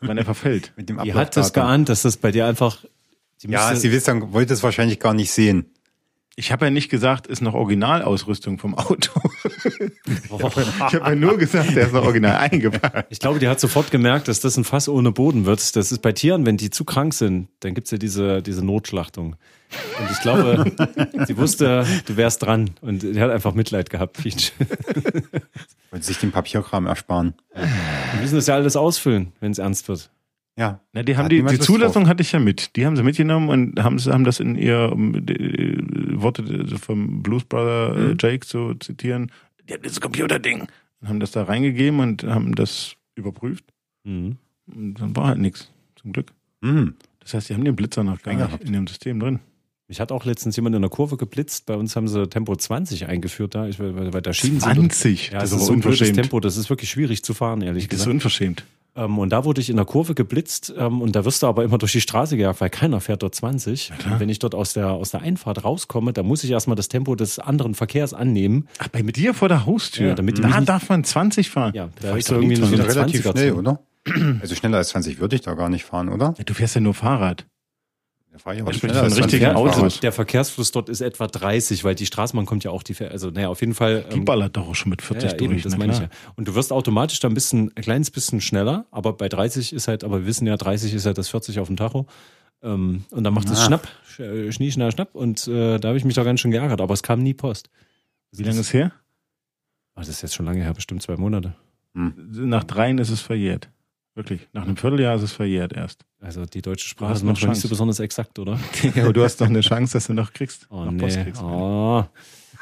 [SPEAKER 4] Wenn er verfällt.
[SPEAKER 3] Mit dem
[SPEAKER 2] Die hat das
[SPEAKER 3] Upload-Datum.
[SPEAKER 2] geahnt, dass das bei dir einfach. Die
[SPEAKER 3] Ja,
[SPEAKER 2] müsste-
[SPEAKER 3] sie wisst dann, wollte es wahrscheinlich gar nicht sehen.
[SPEAKER 4] Ich habe ja nicht gesagt, ist noch Originalausrüstung vom Auto. Ich habe ja nur gesagt, der ist noch original eingepackt.
[SPEAKER 2] Ich glaube, die hat sofort gemerkt, dass das ein Fass ohne Boden wird. Das ist bei Tieren, wenn die zu krank sind, dann gibt's ja diese, diese Notschlachtung. Und ich glaube, sie wusste, du wärst dran. Und die hat einfach Mitleid gehabt, Peach.
[SPEAKER 3] Wollte sich den Papierkram ersparen.
[SPEAKER 2] Wir müssen das ja alles ausfüllen, wenn es ernst wird.
[SPEAKER 3] Ja.
[SPEAKER 4] Na, die
[SPEAKER 3] Hat
[SPEAKER 4] haben die,
[SPEAKER 3] niemand
[SPEAKER 4] die
[SPEAKER 3] Lust
[SPEAKER 4] Zulassung hatte ich ja mit. Die haben sie mitgenommen und haben, sie- haben das in ihr um, die, die Worte vom Blues Brother
[SPEAKER 2] Mhm.
[SPEAKER 4] äh, Jake zu zitieren. Die haben dieses Computerding. Und haben das da reingegeben und haben das überprüft.
[SPEAKER 2] Mhm.
[SPEAKER 4] Und dann war halt nichts. Zum Glück.
[SPEAKER 3] Hm.
[SPEAKER 4] Das heißt, die haben den Blitzer noch gar
[SPEAKER 3] Länger
[SPEAKER 4] nicht in dem System drin.
[SPEAKER 2] Mich hat auch letztens jemand in der Kurve geblitzt. Bei uns haben sie Tempo 20 eingeführt da, ich, weil, weil weil da Schienen sind.
[SPEAKER 4] 20.
[SPEAKER 2] Ja,
[SPEAKER 4] das,
[SPEAKER 2] es
[SPEAKER 4] ist
[SPEAKER 2] so ein blödes
[SPEAKER 4] unverschämt.
[SPEAKER 2] Tempo, das ist wirklich schwierig zu fahren, ehrlich
[SPEAKER 4] Das ist
[SPEAKER 2] gesagt.
[SPEAKER 4] unverschämt.
[SPEAKER 2] Ähm, und da wurde ich in der Kurve geblitzt ähm, und da wirst du aber immer durch die Straße gejagt, weil keiner fährt dort 20. Und wenn ich dort aus der, aus der Einfahrt rauskomme, dann muss ich erstmal das Tempo des anderen Verkehrs annehmen.
[SPEAKER 4] Ach, bei dir vor der Haustür.
[SPEAKER 2] Ja, damit die mich
[SPEAKER 4] da
[SPEAKER 2] nicht-
[SPEAKER 4] darf man 20 fahren.
[SPEAKER 2] Ja,
[SPEAKER 4] Da
[SPEAKER 2] da ist
[SPEAKER 4] fahr ich
[SPEAKER 2] doch
[SPEAKER 4] doch nie
[SPEAKER 2] irgendwie so
[SPEAKER 3] Sind
[SPEAKER 2] eine
[SPEAKER 4] 20.
[SPEAKER 3] relativ
[SPEAKER 2] 20er
[SPEAKER 3] schnell,
[SPEAKER 2] zu.
[SPEAKER 3] oder? Also schneller als 20 würde ich da gar nicht fahren, oder?
[SPEAKER 4] Du fährst ja nur Fahrrad.
[SPEAKER 3] Da fahre ich aber
[SPEAKER 4] Ja,
[SPEAKER 3] schneller
[SPEAKER 4] spricht
[SPEAKER 3] als 20
[SPEAKER 4] von richtigen
[SPEAKER 3] mit dem
[SPEAKER 4] Autos.
[SPEAKER 3] Fahrrad.
[SPEAKER 2] Der Verkehrsfluss dort ist etwa 30, weil die Straßenbahn kommt ja auch die, also naja, auf jeden Fall.
[SPEAKER 4] Die
[SPEAKER 2] ähm,
[SPEAKER 4] ballert doch auch schon mit 40
[SPEAKER 2] ja,
[SPEAKER 4] durch.
[SPEAKER 2] Eben, das
[SPEAKER 4] na
[SPEAKER 2] meine ich
[SPEAKER 4] klar.
[SPEAKER 2] ja. Und du wirst automatisch dann ein bisschen, ein kleines bisschen schneller, aber bei 30 ist halt, aber wir wissen ja, 30 ist halt das 40 auf dem Tacho. Ähm, und dann macht es
[SPEAKER 3] Ah.
[SPEAKER 2] Schnapp, sch, äh, Schnie, Schnapp, Schnapp. Und äh, da habe ich mich doch ganz schön geärgert, aber es kam nie Post.
[SPEAKER 4] Wie lange ist her?
[SPEAKER 2] Ah, das ist jetzt schon lange her, bestimmt zwei Monate.
[SPEAKER 4] Nach dreien ist es verjährt. Wirklich. Nach einem Vierteljahr ist es verjährt erst.
[SPEAKER 2] Also die deutsche
[SPEAKER 4] Du
[SPEAKER 2] Sprache
[SPEAKER 4] hast
[SPEAKER 2] ist
[SPEAKER 4] noch
[SPEAKER 2] manchmal nicht so
[SPEAKER 4] Chance.
[SPEAKER 2] besonders exakt, oder?
[SPEAKER 4] Ja, aber du hast noch eine Chance, dass du noch kriegst.
[SPEAKER 2] Oh
[SPEAKER 4] noch
[SPEAKER 2] nee.
[SPEAKER 4] kriegst.
[SPEAKER 2] Oh.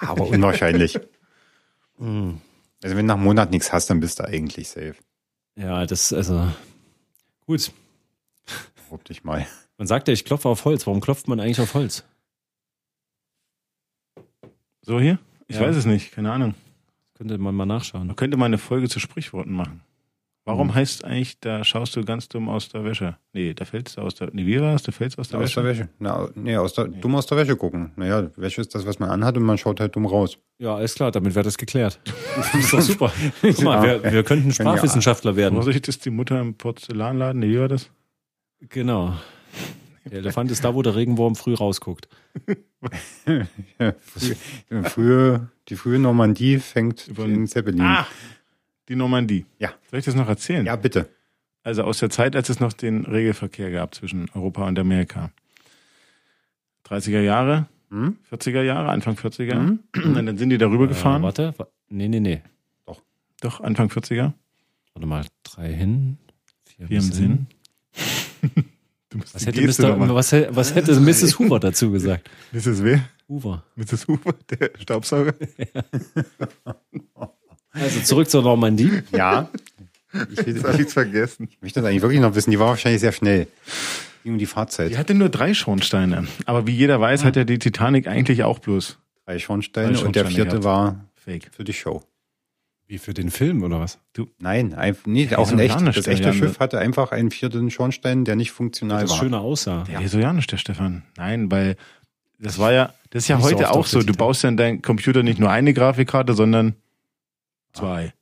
[SPEAKER 3] Aber unwahrscheinlich.
[SPEAKER 4] genau.
[SPEAKER 2] Hm.
[SPEAKER 3] Also wenn du nach einem Monat nichts hast, dann bist du eigentlich safe.
[SPEAKER 2] Ja, das, also. Gut.
[SPEAKER 3] Hopp dich mal.
[SPEAKER 2] Man sagt ja, ich klopfe auf Holz. Warum klopft man eigentlich auf Holz?
[SPEAKER 4] So hier? Ich
[SPEAKER 2] Ja.
[SPEAKER 4] weiß es nicht. Keine Ahnung.
[SPEAKER 2] Könnte man mal nachschauen.
[SPEAKER 4] Man könnte mal eine Folge zu Sprichworten machen. Warum
[SPEAKER 2] Hm.
[SPEAKER 4] heißt es eigentlich, da schaust du ganz dumm aus der Wäsche? Nee, da fällst du aus der Nee, wie war das? Da fällst du aus der
[SPEAKER 3] aus
[SPEAKER 4] Wäsche.
[SPEAKER 3] der Wäsche. Na, nee, aus der, dumm aus der Wäsche gucken. Naja, Wäsche ist das, was man anhat und man schaut halt dumm raus.
[SPEAKER 2] Ja, alles klar, damit wäre das geklärt. ist doch super. Guck mal,
[SPEAKER 3] Ja.
[SPEAKER 2] wir, wir könnten
[SPEAKER 3] Können ja-
[SPEAKER 2] Sprachwissenschaftler werden.
[SPEAKER 4] Vorsicht ist die Mutter im Porzellanladen. Nee, wie war das?
[SPEAKER 2] Genau. Der Elefant ist da, wo der Regenwurm früh rausguckt.
[SPEAKER 3] Ja, frü- frühe, die frühe Normandie fängt
[SPEAKER 4] Über-
[SPEAKER 3] den Zeppelin.
[SPEAKER 4] Ah, die Normandie.
[SPEAKER 3] Ja.
[SPEAKER 4] Soll ich das noch erzählen?
[SPEAKER 3] Ja, bitte.
[SPEAKER 4] Also aus der Zeit, als es noch den Regelverkehr gab zwischen Europa und Amerika. 30er Jahre,
[SPEAKER 3] Hm?
[SPEAKER 4] 40er Jahre, Anfang 40er.
[SPEAKER 3] Hm?
[SPEAKER 4] Und dann sind die darüber gefahren.
[SPEAKER 2] Mhm. Äh, warte, wa- nee, nee, nee.
[SPEAKER 4] Doch, Anfang 40er.
[SPEAKER 2] Warte mal, drei hin, vier,
[SPEAKER 4] Wir im
[SPEAKER 2] bis
[SPEAKER 4] Sinn.
[SPEAKER 2] hin.
[SPEAKER 4] Du musst
[SPEAKER 2] Was
[SPEAKER 4] die
[SPEAKER 2] hätte,
[SPEAKER 4] Geste noch
[SPEAKER 2] Mr.,
[SPEAKER 4] machen.
[SPEAKER 2] was, hä- was hätte Mrs. Hoover dazu gesagt?
[SPEAKER 4] Mrs. Wer?
[SPEAKER 2] Hoover.
[SPEAKER 4] Mrs. Hoover, der Staubsauger.
[SPEAKER 2] Also zurück zur Normandie.
[SPEAKER 3] Ja. Ich, will,
[SPEAKER 4] Hab
[SPEAKER 3] ich
[SPEAKER 4] ich's vergessen.
[SPEAKER 3] möchte das eigentlich wirklich noch wissen. Die war wahrscheinlich sehr schnell. Ging Um die
[SPEAKER 4] Die
[SPEAKER 3] Fahrzeit.
[SPEAKER 4] hatte nur drei Schornsteine. Aber wie jeder weiß, hat ja die Titanic eigentlich auch bloß
[SPEAKER 3] Drei Schornsteine
[SPEAKER 4] Drei
[SPEAKER 3] und der
[SPEAKER 4] Schornsteine
[SPEAKER 3] vierte
[SPEAKER 4] gehabt.
[SPEAKER 3] war
[SPEAKER 4] Fake.
[SPEAKER 3] für die Show.
[SPEAKER 2] Wie für den Film oder was?
[SPEAKER 3] Nein, einfach, nee,
[SPEAKER 4] Ja, ne?
[SPEAKER 3] auch
[SPEAKER 4] ist
[SPEAKER 3] ein
[SPEAKER 4] doch
[SPEAKER 3] echt.
[SPEAKER 4] gar nicht
[SPEAKER 3] Das
[SPEAKER 4] der
[SPEAKER 3] echte
[SPEAKER 4] Jan-
[SPEAKER 3] Schiff hatte einfach einen vierten Schornstein, der nicht funktional
[SPEAKER 2] Das
[SPEAKER 3] war.
[SPEAKER 2] schöner aussah.
[SPEAKER 4] Ja. so ja nicht, der Stefan. Nein, weil das war ja, das ist ja
[SPEAKER 2] Nicht so ne?
[SPEAKER 4] heute
[SPEAKER 2] oft
[SPEAKER 4] auch
[SPEAKER 2] auf
[SPEAKER 4] so.
[SPEAKER 2] der
[SPEAKER 4] Du
[SPEAKER 2] Titanic.
[SPEAKER 4] baust ja in deinen Computer nicht nur eine Grafikkarte, sondern
[SPEAKER 2] Ah.
[SPEAKER 4] zwei.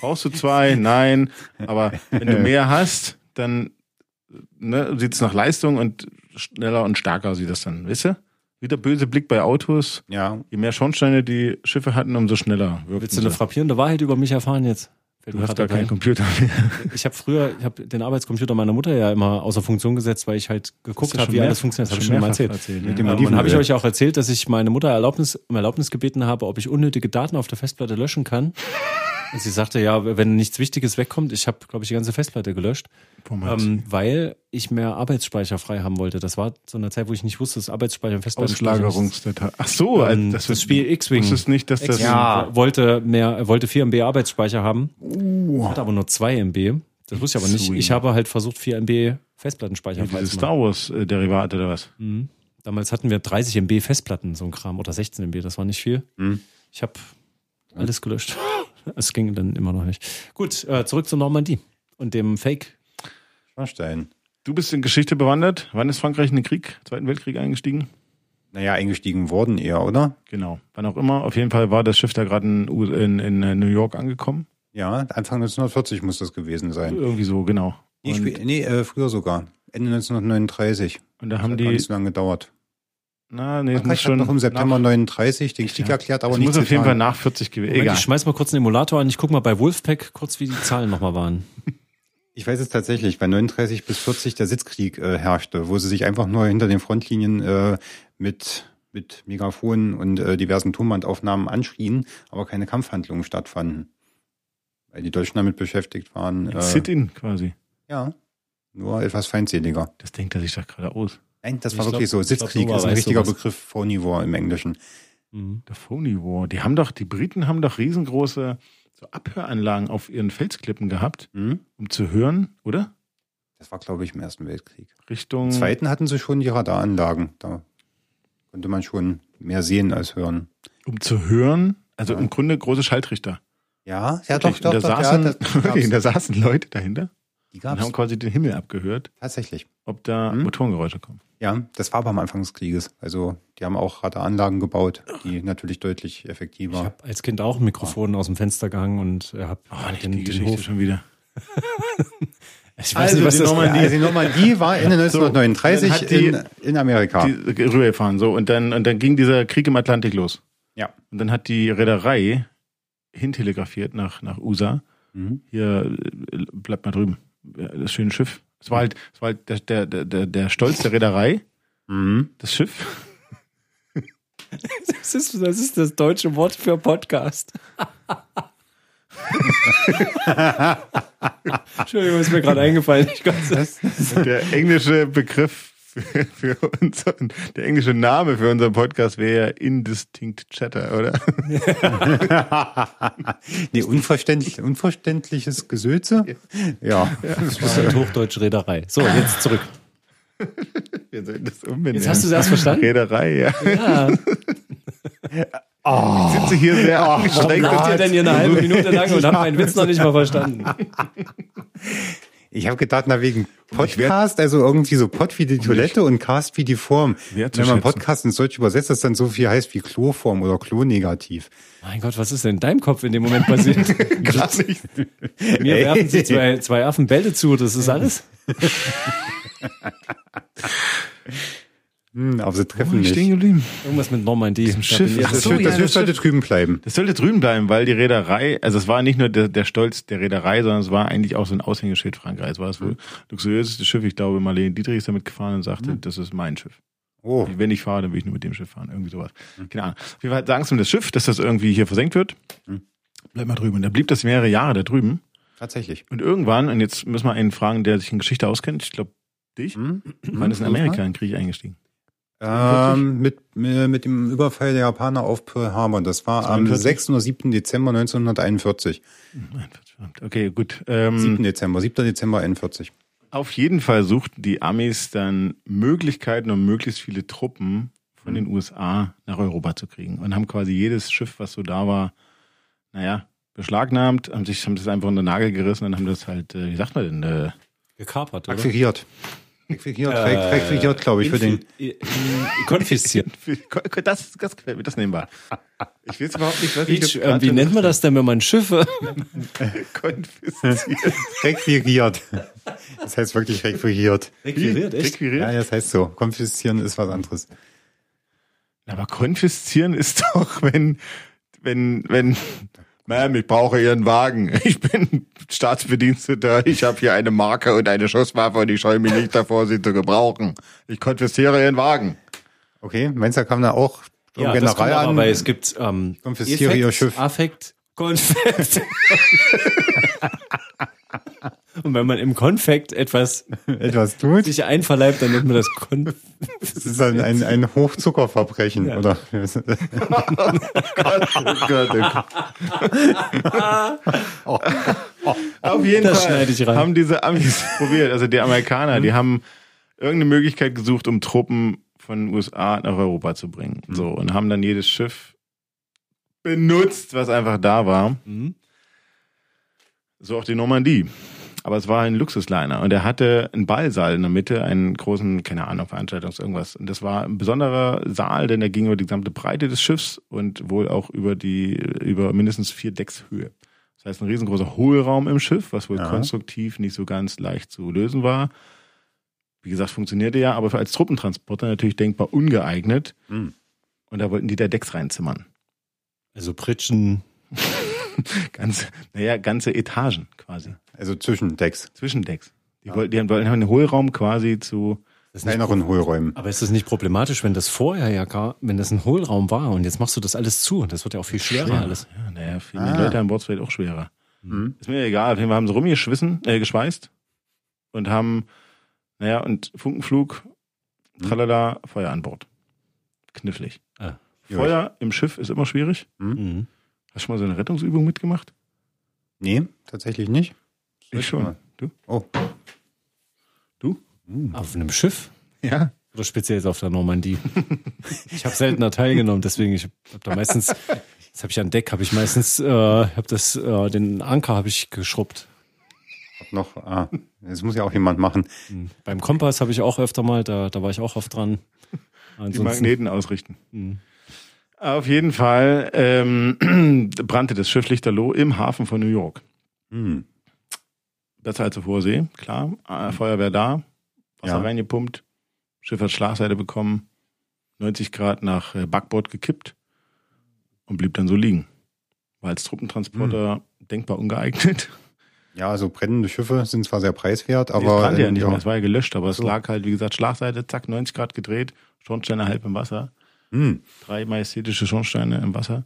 [SPEAKER 4] Brauchst du zwei? Nein. Aber wenn du mehr hast, dann ne, sieht es nach Leistung und schneller und stärker sieht das dann. Weißt du? Wieder böse Blick bei Autos.
[SPEAKER 3] Ja,
[SPEAKER 4] Je mehr Schornsteine die Schiffe hatten, umso schneller wirkten
[SPEAKER 2] Willst du eine
[SPEAKER 4] sie.
[SPEAKER 2] frappierende Wahrheit über mich erfahren jetzt? Fällt
[SPEAKER 4] Du
[SPEAKER 2] mir
[SPEAKER 4] hast
[SPEAKER 2] gerade
[SPEAKER 4] gar keinen
[SPEAKER 2] ein.
[SPEAKER 4] Computer mehr.
[SPEAKER 2] Ich habe früher, ich habe den Arbeitscomputer meiner Mutter ja immer außer Funktion gesetzt, weil ich halt geguckt habe, wie alles funktioniert. Das habe ich schon mal
[SPEAKER 4] mehrfach
[SPEAKER 2] erzählt.
[SPEAKER 3] Mit dem
[SPEAKER 4] ja.
[SPEAKER 2] Ähm,
[SPEAKER 3] Olivenöl.
[SPEAKER 2] und habe ich euch auch erzählt, dass ich meine Mutter Erlaubnis, um Erlaubnis gebeten habe, ob ich unnötige Daten auf der Festplatte löschen kann. Und sie sagte, ja, wenn nichts Wichtiges wegkommt, ich habe, glaube ich, die ganze Festplatte gelöscht,
[SPEAKER 4] Formatieren.
[SPEAKER 2] ähm, weil ich mehr Arbeitsspeicher frei haben wollte. Das war zu einer Zeit, wo ich nicht wusste, dass Arbeitsspeicher und Festplattenspeicher nichts-
[SPEAKER 4] Auslagerungsdatei. Ach so, also
[SPEAKER 2] Ähm,
[SPEAKER 4] das,
[SPEAKER 2] das Spiel X-Wing.
[SPEAKER 4] Ist es nicht, dass das
[SPEAKER 3] Ja.
[SPEAKER 2] wollte mehr, äh, wollte 4 MB Arbeitsspeicher haben,
[SPEAKER 4] Uh.
[SPEAKER 2] hatte aber nur 2 MB. Das wusste ich aber nicht.
[SPEAKER 4] Swing.
[SPEAKER 2] Ich habe halt versucht, 4 MB Festplattenspeicher frei
[SPEAKER 4] dieses
[SPEAKER 2] zu machen.
[SPEAKER 4] Star Wars äh, Derivat oder was?
[SPEAKER 3] Hm.
[SPEAKER 2] Mhm. Damals hatten wir 30 MB Festplatten, so ein Kram, oder 16 MB, das war nicht viel.
[SPEAKER 3] Mhm.
[SPEAKER 2] Ich habe alles gelöscht. Es ging dann immer noch nicht. Gut, äh, zurück zur Normandie und dem Fake.
[SPEAKER 3] Schornstein.
[SPEAKER 4] Du bist in Geschichte bewandert. Wann ist Frankreich in den Krieg, Zweiten Weltkrieg eingestiegen?
[SPEAKER 3] Naja, eingestiegen worden eher, oder?
[SPEAKER 4] Genau. Wann auch immer. Auf jeden Fall war das Schiff da gerade in, U- in, in äh, New York angekommen.
[SPEAKER 3] Ja, Anfang 1940 muss das gewesen sein.
[SPEAKER 4] Irgendwie so, genau.
[SPEAKER 3] Nee,
[SPEAKER 4] Und,
[SPEAKER 3] spä- nee äh, früher sogar. Ende 1939.
[SPEAKER 4] und da
[SPEAKER 3] Das
[SPEAKER 4] haben
[SPEAKER 3] hat gar
[SPEAKER 4] die.
[SPEAKER 3] nicht so lange gedauert.
[SPEAKER 4] Na, nee, es muss
[SPEAKER 3] Frankreich
[SPEAKER 4] schon.
[SPEAKER 3] hat noch im September 39 den Krieg
[SPEAKER 4] Ja.
[SPEAKER 3] erklärt,
[SPEAKER 4] nach,
[SPEAKER 3] aber
[SPEAKER 4] es
[SPEAKER 3] nicht
[SPEAKER 4] muss auf jeden Fall nach 40 gewesen.
[SPEAKER 2] Moment,
[SPEAKER 4] Egal.
[SPEAKER 2] ich schmeiß mal kurz einen Emulator an. Ich guck mal bei Wolfpack kurz, wie die Zahlen nochmal waren.
[SPEAKER 3] Ich weiß es tatsächlich, weil 39 bis 40 der Sitzkrieg äh, herrschte, wo sie sich einfach nur hinter den Frontlinien äh, mit, mit Megafonen und äh, diversen Tonbandaufnahmen anschrien, aber keine Kampfhandlungen stattfanden. Weil die Deutschen damit beschäftigt waren. Äh,
[SPEAKER 4] Sit-in quasi.
[SPEAKER 3] Ja, nur etwas feindseliger.
[SPEAKER 4] Das denkt er sich doch gerade aus.
[SPEAKER 3] Nein, das
[SPEAKER 2] Ich
[SPEAKER 3] war
[SPEAKER 2] glaub-
[SPEAKER 3] wirklich so.
[SPEAKER 2] ich glaub,
[SPEAKER 3] Sitzkrieg
[SPEAKER 2] Nova
[SPEAKER 3] ist ein
[SPEAKER 2] weiß
[SPEAKER 3] richtiger
[SPEAKER 2] sowas.
[SPEAKER 3] Begriff, Phony War im Englischen.
[SPEAKER 2] Mhm.
[SPEAKER 4] Der Phony War. Die haben doch, die Briten haben doch riesengroße so Abhöranlagen auf ihren Felsklippen gehabt,
[SPEAKER 3] Hm?
[SPEAKER 4] um zu hören, oder?
[SPEAKER 3] Das war, glaube ich, im Ersten Weltkrieg.
[SPEAKER 4] Richtung.
[SPEAKER 3] Im Zweiten hatten sie schon die Radaranlagen. Da konnte man schon mehr sehen als hören.
[SPEAKER 4] Um zu hören. Also
[SPEAKER 3] Ja.
[SPEAKER 4] im Grunde große Schalltrichter.
[SPEAKER 3] Ja, ja
[SPEAKER 4] Wirklich. Und da,
[SPEAKER 3] ja,
[SPEAKER 4] saßen,
[SPEAKER 3] das- die
[SPEAKER 4] wirklich, da
[SPEAKER 3] gab's.
[SPEAKER 4] saßen Leute dahinter
[SPEAKER 3] Die
[SPEAKER 4] und
[SPEAKER 3] gab's.
[SPEAKER 4] haben quasi den Himmel abgehört,
[SPEAKER 3] Tatsächlich.
[SPEAKER 4] ob da
[SPEAKER 3] Hm?
[SPEAKER 4] Motorengeräusche kommen.
[SPEAKER 3] Ja, das war aber am Anfang des Krieges. Also die haben auch Radaranlagen gebaut, die natürlich deutlich effektiver.
[SPEAKER 2] Ich habe als Kind auch ein Mikrofon aus dem Fenster gehangen und äh, habe
[SPEAKER 4] Oh, Ah. nicht
[SPEAKER 2] den,
[SPEAKER 4] die
[SPEAKER 2] den
[SPEAKER 4] Geschichte
[SPEAKER 2] Hof.
[SPEAKER 4] schon wieder.
[SPEAKER 2] Ich
[SPEAKER 4] Also die
[SPEAKER 2] das-
[SPEAKER 4] Normandie-
[SPEAKER 3] Ja, also die Normandie war Ende
[SPEAKER 4] So,
[SPEAKER 3] 1939
[SPEAKER 4] dann hat die-
[SPEAKER 3] in, in Amerika.
[SPEAKER 4] Die rübergefahren also- so und dann, und dann ging dieser Krieg im Atlantik los.
[SPEAKER 3] Ja.
[SPEAKER 4] Und dann hat die Reederei hintelegrafiert nach, nach USA.
[SPEAKER 3] Mhm.
[SPEAKER 4] Hier, äh, bleibt mal drüben. Ja, Das schöne Schiff. Es war halt, es war halt der, der, der- der, der Stolz der Reederei,
[SPEAKER 3] Mhm.
[SPEAKER 4] das Schiff.
[SPEAKER 2] Das ist, das ist das deutsche Wort für Podcast. Entschuldigung, ist mir gerade eingefallen. Ich kann's-
[SPEAKER 3] Das,
[SPEAKER 4] Der englische Begriff für, für unseren, der englische Name für unseren Podcast wäre Indistinct Chatter, oder?
[SPEAKER 3] nee, unverständlich, unverständliches Gesülze? Ja.
[SPEAKER 2] das ist halt Hochdeutsche Reederei. So, jetzt zurück.
[SPEAKER 4] Wir sollten das umbenennen.
[SPEAKER 2] Jetzt hast du es erst verstanden?
[SPEAKER 4] Reederei, ja.
[SPEAKER 2] Ja.
[SPEAKER 4] Ich sitze hier sehr angestrengt.
[SPEAKER 2] Warum lacht ihr denn hier eine halbe Minute lang und habt meinen Witz noch nicht mal verstanden?
[SPEAKER 3] Ich habe gedacht, na wegen Podcast, also irgendwie so Pod wie die Toilette und Cast wie die Form. Wenn man
[SPEAKER 4] Wertzuschätzen.
[SPEAKER 3] Podcast ins Deutsche übersetzt, das dann so viel heißt wie Kloform oder Klonegativ.
[SPEAKER 2] Mein Gott, was ist denn in deinem Kopf in dem Moment passiert?
[SPEAKER 3] Gar nicht.
[SPEAKER 2] Mir
[SPEAKER 3] Ey.
[SPEAKER 2] werfen sie zwei, zwei Affen Bälle zu, das ist alles.
[SPEAKER 3] Hm, aber sie treffen
[SPEAKER 4] Oh, Ich
[SPEAKER 3] nicht.
[SPEAKER 4] stehen geblieben.
[SPEAKER 2] Irgendwas mit Normandie.
[SPEAKER 4] Diesem Schiff.
[SPEAKER 3] Das,
[SPEAKER 4] Ach so,
[SPEAKER 3] wird- das
[SPEAKER 4] ja,
[SPEAKER 3] wird
[SPEAKER 4] das
[SPEAKER 3] heute drüben bleiben.
[SPEAKER 4] Das sollte drüben bleiben, weil die Reederei, also es war nicht nur der, der Stolz der Reederei, sondern es war eigentlich auch so ein Aushängeschild Frankreichs. War das
[SPEAKER 2] Hm.
[SPEAKER 4] wohl luxuriöseste Schiff. Ich glaube, Marlene Dietrich ist damit gefahren und sagte,
[SPEAKER 2] Hm.
[SPEAKER 4] das ist mein Schiff.
[SPEAKER 3] Oh,
[SPEAKER 4] Wenn ich fahre, dann will ich nur mit dem Schiff fahren. Irgendwie sowas. Keine Ahnung. Auf jeden Fall sagen sie um das Schiff, dass das irgendwie hier versenkt wird. Bleib mal drüben. Und da blieb das mehrere Jahre da drüben.
[SPEAKER 3] tatsächlich.
[SPEAKER 4] Und irgendwann, und jetzt müssen wir einen fragen, der sich in Geschichte auskennt. Ich glaube, dich.
[SPEAKER 3] Hm?
[SPEAKER 4] Wann ist in Amerika ein Krieg eingestiegen?
[SPEAKER 3] Ähm, mit, äh, mit dem Überfall der Japaner auf Pearl Harbor. Das war am
[SPEAKER 4] 42?
[SPEAKER 3] 6. oder 7. Dezember 1941.
[SPEAKER 4] Verdammt. Okay, gut. Ähm,
[SPEAKER 3] 7. Dezember, 7. Dezember 41.
[SPEAKER 4] Auf jeden Fall suchten die Amis dann Möglichkeiten, um möglichst viele Truppen von den USA nach Europa zu kriegen und haben quasi jedes Schiff, was so da war, naja, beschlagnahmt, haben sich haben das einfach unter den Nagel gerissen und haben das halt, äh, wie sagt man denn, äh,
[SPEAKER 2] Gekapert, oder?
[SPEAKER 3] Requiriert. Requiriert, äh, requiriert glaube ich, für den.
[SPEAKER 2] äh, Konfisziert.
[SPEAKER 4] das, das gefällt mir, das nehmen wir. Ich will es überhaupt nicht, was
[SPEAKER 2] Beach, äh, wie nennt man das denn, wenn man Schiffe?
[SPEAKER 4] Konfisziert.
[SPEAKER 3] Requiriert. Das heißt wirklich requiriert.
[SPEAKER 2] Requiriert, echt?
[SPEAKER 3] Ja,
[SPEAKER 4] Requiriert?
[SPEAKER 3] das heißt so. Konfiszieren ist was anderes.
[SPEAKER 4] Aber konfiszieren ist doch, wenn, wenn, wenn, Ma'am, ich brauche Ihren Wagen. Ich bin Staatsbediensteter. Ich habe hier eine Marke und eine Schusswaffe und ich scheue mich nicht davor, sie zu gebrauchen. Ich konfisziere Ihren Wagen.
[SPEAKER 3] Okay, meinst du, da kam da auch
[SPEAKER 2] Ja,
[SPEAKER 3] generell
[SPEAKER 2] das kommt aber,
[SPEAKER 3] an?
[SPEAKER 2] weil es gibt ähm,
[SPEAKER 3] Konfisziere
[SPEAKER 2] Effekt,
[SPEAKER 3] ihr Schiff.
[SPEAKER 2] Affekt, Konfekt. Und wenn man im Konfekt etwas
[SPEAKER 3] etwas tut?
[SPEAKER 2] sich einverleibt, dann nennt man das Konfekt.
[SPEAKER 3] Das ist ein, ein, ein Hochzuckerverbrechen, oder?
[SPEAKER 4] Oh Gott, oh Gott. oh Auf jeden
[SPEAKER 2] Das
[SPEAKER 4] Fall
[SPEAKER 2] schneide ich rein. Mhm.
[SPEAKER 4] haben diese Amis probiert, also die Amerikaner, die haben irgendeine Möglichkeit gesucht, um Truppen von den USA nach Europa zu bringen.
[SPEAKER 2] Mhm.
[SPEAKER 4] So, und haben dann jedes Schiff benutzt, was einfach da war.
[SPEAKER 2] Mhm.
[SPEAKER 4] So auch die Normandie. Aber es war ein Luxusliner und er hatte einen Ballsaal in der Mitte, einen großen, keine Ahnung, Veranstaltungs irgendwas. Und das war ein besonderer Saal, denn er ging über die gesamte Breite des Schiffs und wohl auch über die, über mindestens vier Decks Höhe. Das heißt, ein riesengroßer Hohlraum im Schiff, was wohl
[SPEAKER 3] Ja.
[SPEAKER 4] konstruktiv nicht so ganz leicht zu lösen war. Wie gesagt, funktionierte ja, aber als Truppentransporter natürlich denkbar ungeeignet.
[SPEAKER 3] Hm.
[SPEAKER 4] Und da wollten die da Decks reinzimmern.
[SPEAKER 2] Also Pritschen.
[SPEAKER 4] Ganz, naja, ganze Etagen quasi.
[SPEAKER 3] Also Zwischendecks,
[SPEAKER 4] Zwischendecks. Die, wollten, die haben, wollten haben einen Hohlraum quasi zu.
[SPEAKER 2] Das ist nicht,
[SPEAKER 3] kleineren Hohlräumen.
[SPEAKER 2] aber ist das nicht problematisch, wenn das vorher ja gar, wenn das ein Hohlraum war und jetzt machst du das alles zu? Das wird ja auch viel schwerer alles.
[SPEAKER 4] Ja, naja, für
[SPEAKER 3] Ah.
[SPEAKER 4] die Leute an Bord ist vielleicht auch schwerer.
[SPEAKER 3] Mhm.
[SPEAKER 4] Ist mir egal. Auf jeden Fall haben sie rumgeschwissen, äh, geschweißt und haben, naja, und Funkenflug, tralala, Feuer an Bord. Knifflig.
[SPEAKER 2] Ah.
[SPEAKER 4] Feuer im Schiff ist immer schwierig.
[SPEAKER 2] Mhm.
[SPEAKER 4] Hast du schon mal so eine Rettungsübung mitgemacht?
[SPEAKER 3] Nee, tatsächlich nicht.
[SPEAKER 4] Ich schon. Du?
[SPEAKER 3] Oh, Hm.
[SPEAKER 2] Auf einem Schiff?
[SPEAKER 4] Ja.
[SPEAKER 2] Oder speziell jetzt auf der Normandie. Ich habe seltener teilgenommen, deswegen ich habe da meistens, das habe ich an Deck, habe ich meistens, äh, habe das, äh, den Anker habe ich geschrubbt.
[SPEAKER 3] hab noch. Ah, das muss ja auch jemand machen.
[SPEAKER 2] Beim Kompass habe ich auch öfter mal, da, da war ich auch oft dran.
[SPEAKER 4] Die
[SPEAKER 2] Ansonsten,
[SPEAKER 4] Magneten ausrichten. Auf jeden Fall ähm, brannte das Schiff Lichterloh im Hafen von New York.
[SPEAKER 3] Hm.
[SPEAKER 4] besser als auf halt hoher See, klar. Äh, Feuerwehr da, Wasser
[SPEAKER 3] Ja.
[SPEAKER 4] reingepumpt, Schiff hat Schlagseite bekommen, 90 Grad nach äh, Backbord gekippt und blieb dann so liegen. War als Truppentransporter denkbar ungeeignet.
[SPEAKER 3] Ja, also brennende Schiffe sind zwar sehr preiswert,
[SPEAKER 4] Aber es
[SPEAKER 3] aber
[SPEAKER 4] brannte ja nicht
[SPEAKER 3] ja,
[SPEAKER 4] mehr, es war ja gelöscht, aber es lag halt, wie gesagt, Schlagseite, zack, 90 Grad gedreht, Schornsteine halb im Wasser,
[SPEAKER 3] Hm.
[SPEAKER 4] drei majestätische Schornsteine im Wasser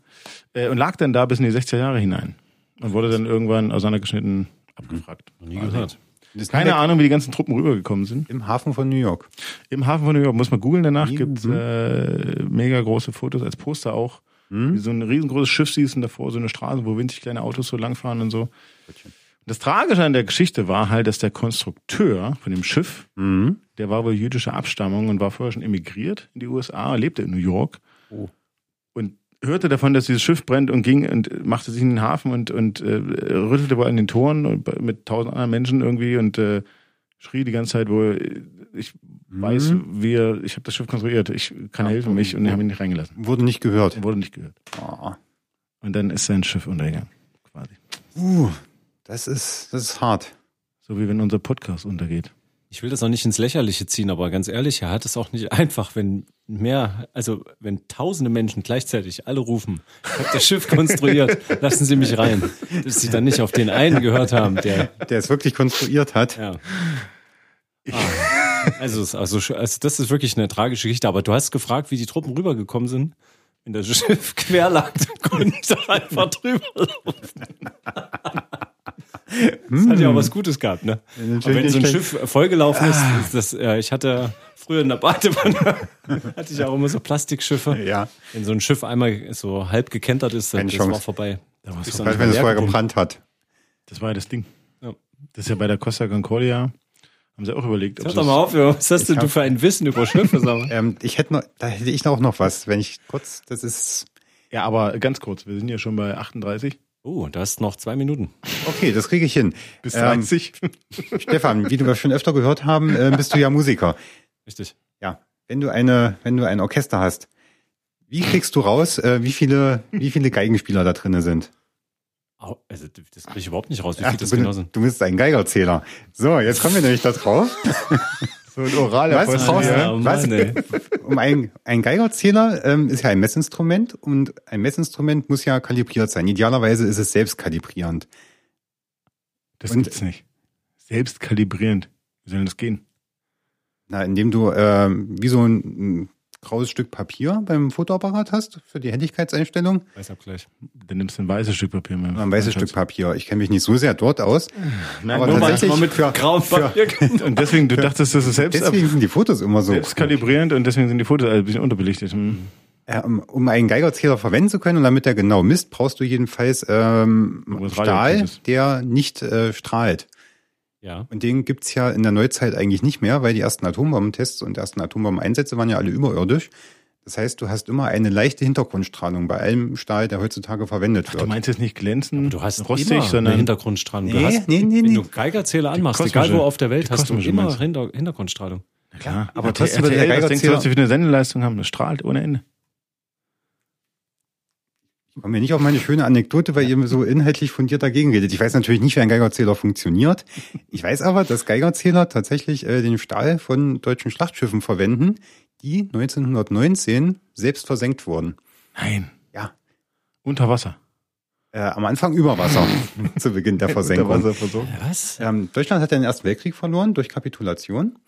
[SPEAKER 4] äh, und lag dann da bis in die 60er Jahre hinein und wurde dann irgendwann auseinandergeschnitten, abgefragt.
[SPEAKER 2] nie gehört.
[SPEAKER 3] Das
[SPEAKER 4] Keine
[SPEAKER 3] liegt
[SPEAKER 4] Ahnung, wie die ganzen Truppen rübergekommen sind.
[SPEAKER 3] Im Hafen von New York.
[SPEAKER 4] Im Hafen von New York, muss man googeln danach,
[SPEAKER 3] Mhm.
[SPEAKER 4] gibt's äh, mega große Fotos als Poster auch. Wie so ein riesengroßes Schiff siehst und davor so eine Straße, wo winzig kleine Autos so langfahren und so. Das Tragische an der Geschichte war halt, dass der Konstrukteur von dem Schiff,
[SPEAKER 3] Mhm.
[SPEAKER 4] der war wohl jüdischer Abstammung und war vorher schon emigriert in die USA, lebte in New York.
[SPEAKER 2] Oh.
[SPEAKER 4] Und hörte davon, dass dieses Schiff brennt und ging und machte sich in den Hafen und, und äh, rüttelte wohl an den Toren und, mit tausend anderen Menschen irgendwie und äh, schrie die ganze Zeit wohl, äh, ich weiß, wir, ich habe das Schiff konstruiert, ich kann
[SPEAKER 3] Ja,
[SPEAKER 4] helfen, mich und die
[SPEAKER 3] ja.
[SPEAKER 4] haben ihn nicht reingelassen.
[SPEAKER 3] Wurde nicht gehört.
[SPEAKER 4] Wurde nicht gehört.
[SPEAKER 3] Ah.
[SPEAKER 4] Und dann ist sein Schiff untergegangen, quasi.
[SPEAKER 3] Uh, das ist, das ist hart.
[SPEAKER 4] So wie wenn unser Podcast untergeht.
[SPEAKER 2] Ich will das auch nicht ins Lächerliche ziehen, aber ganz ehrlich, er hat es auch nicht einfach, wenn mehr, also wenn tausende Menschen gleichzeitig alle rufen, ich habe das Schiff konstruiert, lassen Sie mich rein. Dass sie dann nicht auf den einen gehört haben, der,
[SPEAKER 3] Der es wirklich konstruiert hat.
[SPEAKER 2] ja. Ah, also, es- also, sch- also, das ist wirklich eine tragische Geschichte, aber du hast gefragt, wie die Truppen rübergekommen sind. Wenn das Schiff quer lag, dann konnten sie da einfach drüber laufen. Das
[SPEAKER 3] Hm.
[SPEAKER 2] hat ja auch was Gutes gehabt, ne? Aber wenn so ein Schiff äh, vollgelaufen ist,
[SPEAKER 3] Ah.
[SPEAKER 2] ist das, äh, ich hatte früher in der Badewanne, hatte ich auch immer so Plastikschiffe.
[SPEAKER 3] Ja,
[SPEAKER 2] Wenn so ein Schiff einmal so halb gekentert ist, dann
[SPEAKER 3] Keine
[SPEAKER 2] ist es
[SPEAKER 3] Chance.
[SPEAKER 2] auch vorbei.
[SPEAKER 4] Da war's
[SPEAKER 2] Ist
[SPEAKER 4] doch-
[SPEAKER 2] dann
[SPEAKER 3] weil wenn es
[SPEAKER 2] leer
[SPEAKER 3] vorher
[SPEAKER 2] gepumpt.
[SPEAKER 3] gebrannt hat.
[SPEAKER 4] Das war ja das Ding.
[SPEAKER 2] Ja.
[SPEAKER 4] Das ist ja bei der Costa Concordia, haben sie auch überlegt,
[SPEAKER 2] Hör
[SPEAKER 4] ob
[SPEAKER 2] doch mal
[SPEAKER 4] sie
[SPEAKER 2] auf, Junge. was hast denn du für ein Wissen über Schiffe? Sag mal.
[SPEAKER 3] Ähm, ich hätte noch, da hätte ich auch noch was, wenn ich kurz, das ist,
[SPEAKER 4] Ja, aber ganz kurz, wir sind ja schon bei 38
[SPEAKER 2] Oh, da hast noch zwei Minuten.
[SPEAKER 3] okay, das kriege ich hin.
[SPEAKER 4] bis
[SPEAKER 3] Ähm,
[SPEAKER 4] 30.
[SPEAKER 3] Stefan, wie du schon öfter gehört haben, äh, bist du ja Musiker.
[SPEAKER 2] Richtig.
[SPEAKER 3] Ja, wenn du eine, wenn du ein Orchester hast, wie kriegst du raus, äh, wie viele, wie viele Geigenspieler da drinne sind?
[SPEAKER 2] Au, Also, das kriege ich überhaupt nicht raus. Wie
[SPEAKER 3] Ach,
[SPEAKER 2] viel das
[SPEAKER 3] du, bin-
[SPEAKER 2] genau sind.
[SPEAKER 3] du bist ein Geigerzähler. So, jetzt kommen wir nämlich da drauf.
[SPEAKER 4] so ein oraler
[SPEAKER 3] Was
[SPEAKER 4] Post-
[SPEAKER 3] brauchst du?
[SPEAKER 4] Ja.
[SPEAKER 2] oh
[SPEAKER 3] was?
[SPEAKER 2] Mann, ey.
[SPEAKER 3] Um ein, ein Geigerzähler ähm, ist ja ein Messinstrument und ein Messinstrument muss ja kalibriert sein. Idealerweise ist es selbst kalibrierend.
[SPEAKER 4] Das
[SPEAKER 3] Und-
[SPEAKER 4] gibt's nicht. Selbst kalibrierend. Wie soll denn das gehen?
[SPEAKER 3] Na, indem du ähm, wie so ein, ein graues Stück Papier beim Fotoapparat hast für die Helligkeitseinstellung.
[SPEAKER 2] Weißabgleich.
[SPEAKER 4] Dann nimmst du ein weißes Stück Papier. Mein
[SPEAKER 3] Oder Ein weißes Stück Papier. Ich kenne mich nicht so sehr dort aus.
[SPEAKER 4] Nein,
[SPEAKER 3] aber
[SPEAKER 4] nur mal.
[SPEAKER 3] tatsächlich
[SPEAKER 2] mit
[SPEAKER 3] für-
[SPEAKER 2] grauem Papier.
[SPEAKER 4] Und deswegen, du dachtest, das ist selbst, ab,
[SPEAKER 3] Deswegen sind die Fotos immer so.
[SPEAKER 4] selbst kalibrierend und deswegen sind die Fotos alle ein bisschen unterbelichtet. Hm.
[SPEAKER 3] Ja, um, um einen Geigerzähler verwenden zu können und damit er genau misst, brauchst du jedenfalls ähm,
[SPEAKER 4] Irgendwas
[SPEAKER 3] Stahl,
[SPEAKER 4] Radioaktives.
[SPEAKER 3] der nicht äh, strahlt.
[SPEAKER 2] Ja.
[SPEAKER 3] Und den gibt's ja in der Neuzeit eigentlich nicht mehr, weil die ersten Atombombentests und ersten Atombombeneinsätze waren ja alle überirdisch. Das heißt, du hast immer eine leichte Hintergrundstrahlung bei allem Stahl, der heutzutage verwendet
[SPEAKER 4] Ach,
[SPEAKER 3] wird.
[SPEAKER 4] du meinst jetzt nicht glänzend,
[SPEAKER 2] Du hast
[SPEAKER 4] rostig,
[SPEAKER 2] immer eine
[SPEAKER 4] sondern
[SPEAKER 2] Hintergrundstrahlung.
[SPEAKER 3] Nee,
[SPEAKER 2] du hast,
[SPEAKER 3] nee, nee,
[SPEAKER 2] wenn
[SPEAKER 3] nee.
[SPEAKER 2] du Geigerzähler anmachst,
[SPEAKER 4] kosmische-
[SPEAKER 2] egal wo auf der Welt,
[SPEAKER 4] die
[SPEAKER 2] hast du
[SPEAKER 4] kosmische
[SPEAKER 2] immer
[SPEAKER 4] meinst du?
[SPEAKER 2] Hinter, Hintergrundstrahlung.
[SPEAKER 4] Klar,
[SPEAKER 3] aber
[SPEAKER 4] aber
[SPEAKER 3] trotzdem wird der
[SPEAKER 4] RTL, was denkst du,
[SPEAKER 3] Geigerzähler-
[SPEAKER 4] was wir für eine Sendeleistung haben? Das strahlt ohne Ende.
[SPEAKER 3] Ich komme mir nicht auf meine schöne Anekdote, weil ihr so inhaltlich fundiert dagegen redet. Ich weiß natürlich nicht, wie ein Geigerzähler funktioniert. Ich weiß aber, dass Geigerzähler tatsächlich äh, den Stahl von deutschen Schlachtschiffen verwenden, die 1919 selbst versenkt wurden.
[SPEAKER 4] Nein,
[SPEAKER 3] Ja,
[SPEAKER 4] unter Wasser.
[SPEAKER 3] äh, am Anfang über Wasser zu Beginn der Versenkung.
[SPEAKER 4] versorgt.
[SPEAKER 2] Was?
[SPEAKER 3] Ähm, Deutschland hat ja den Ersten Weltkrieg verloren durch Kapitulation.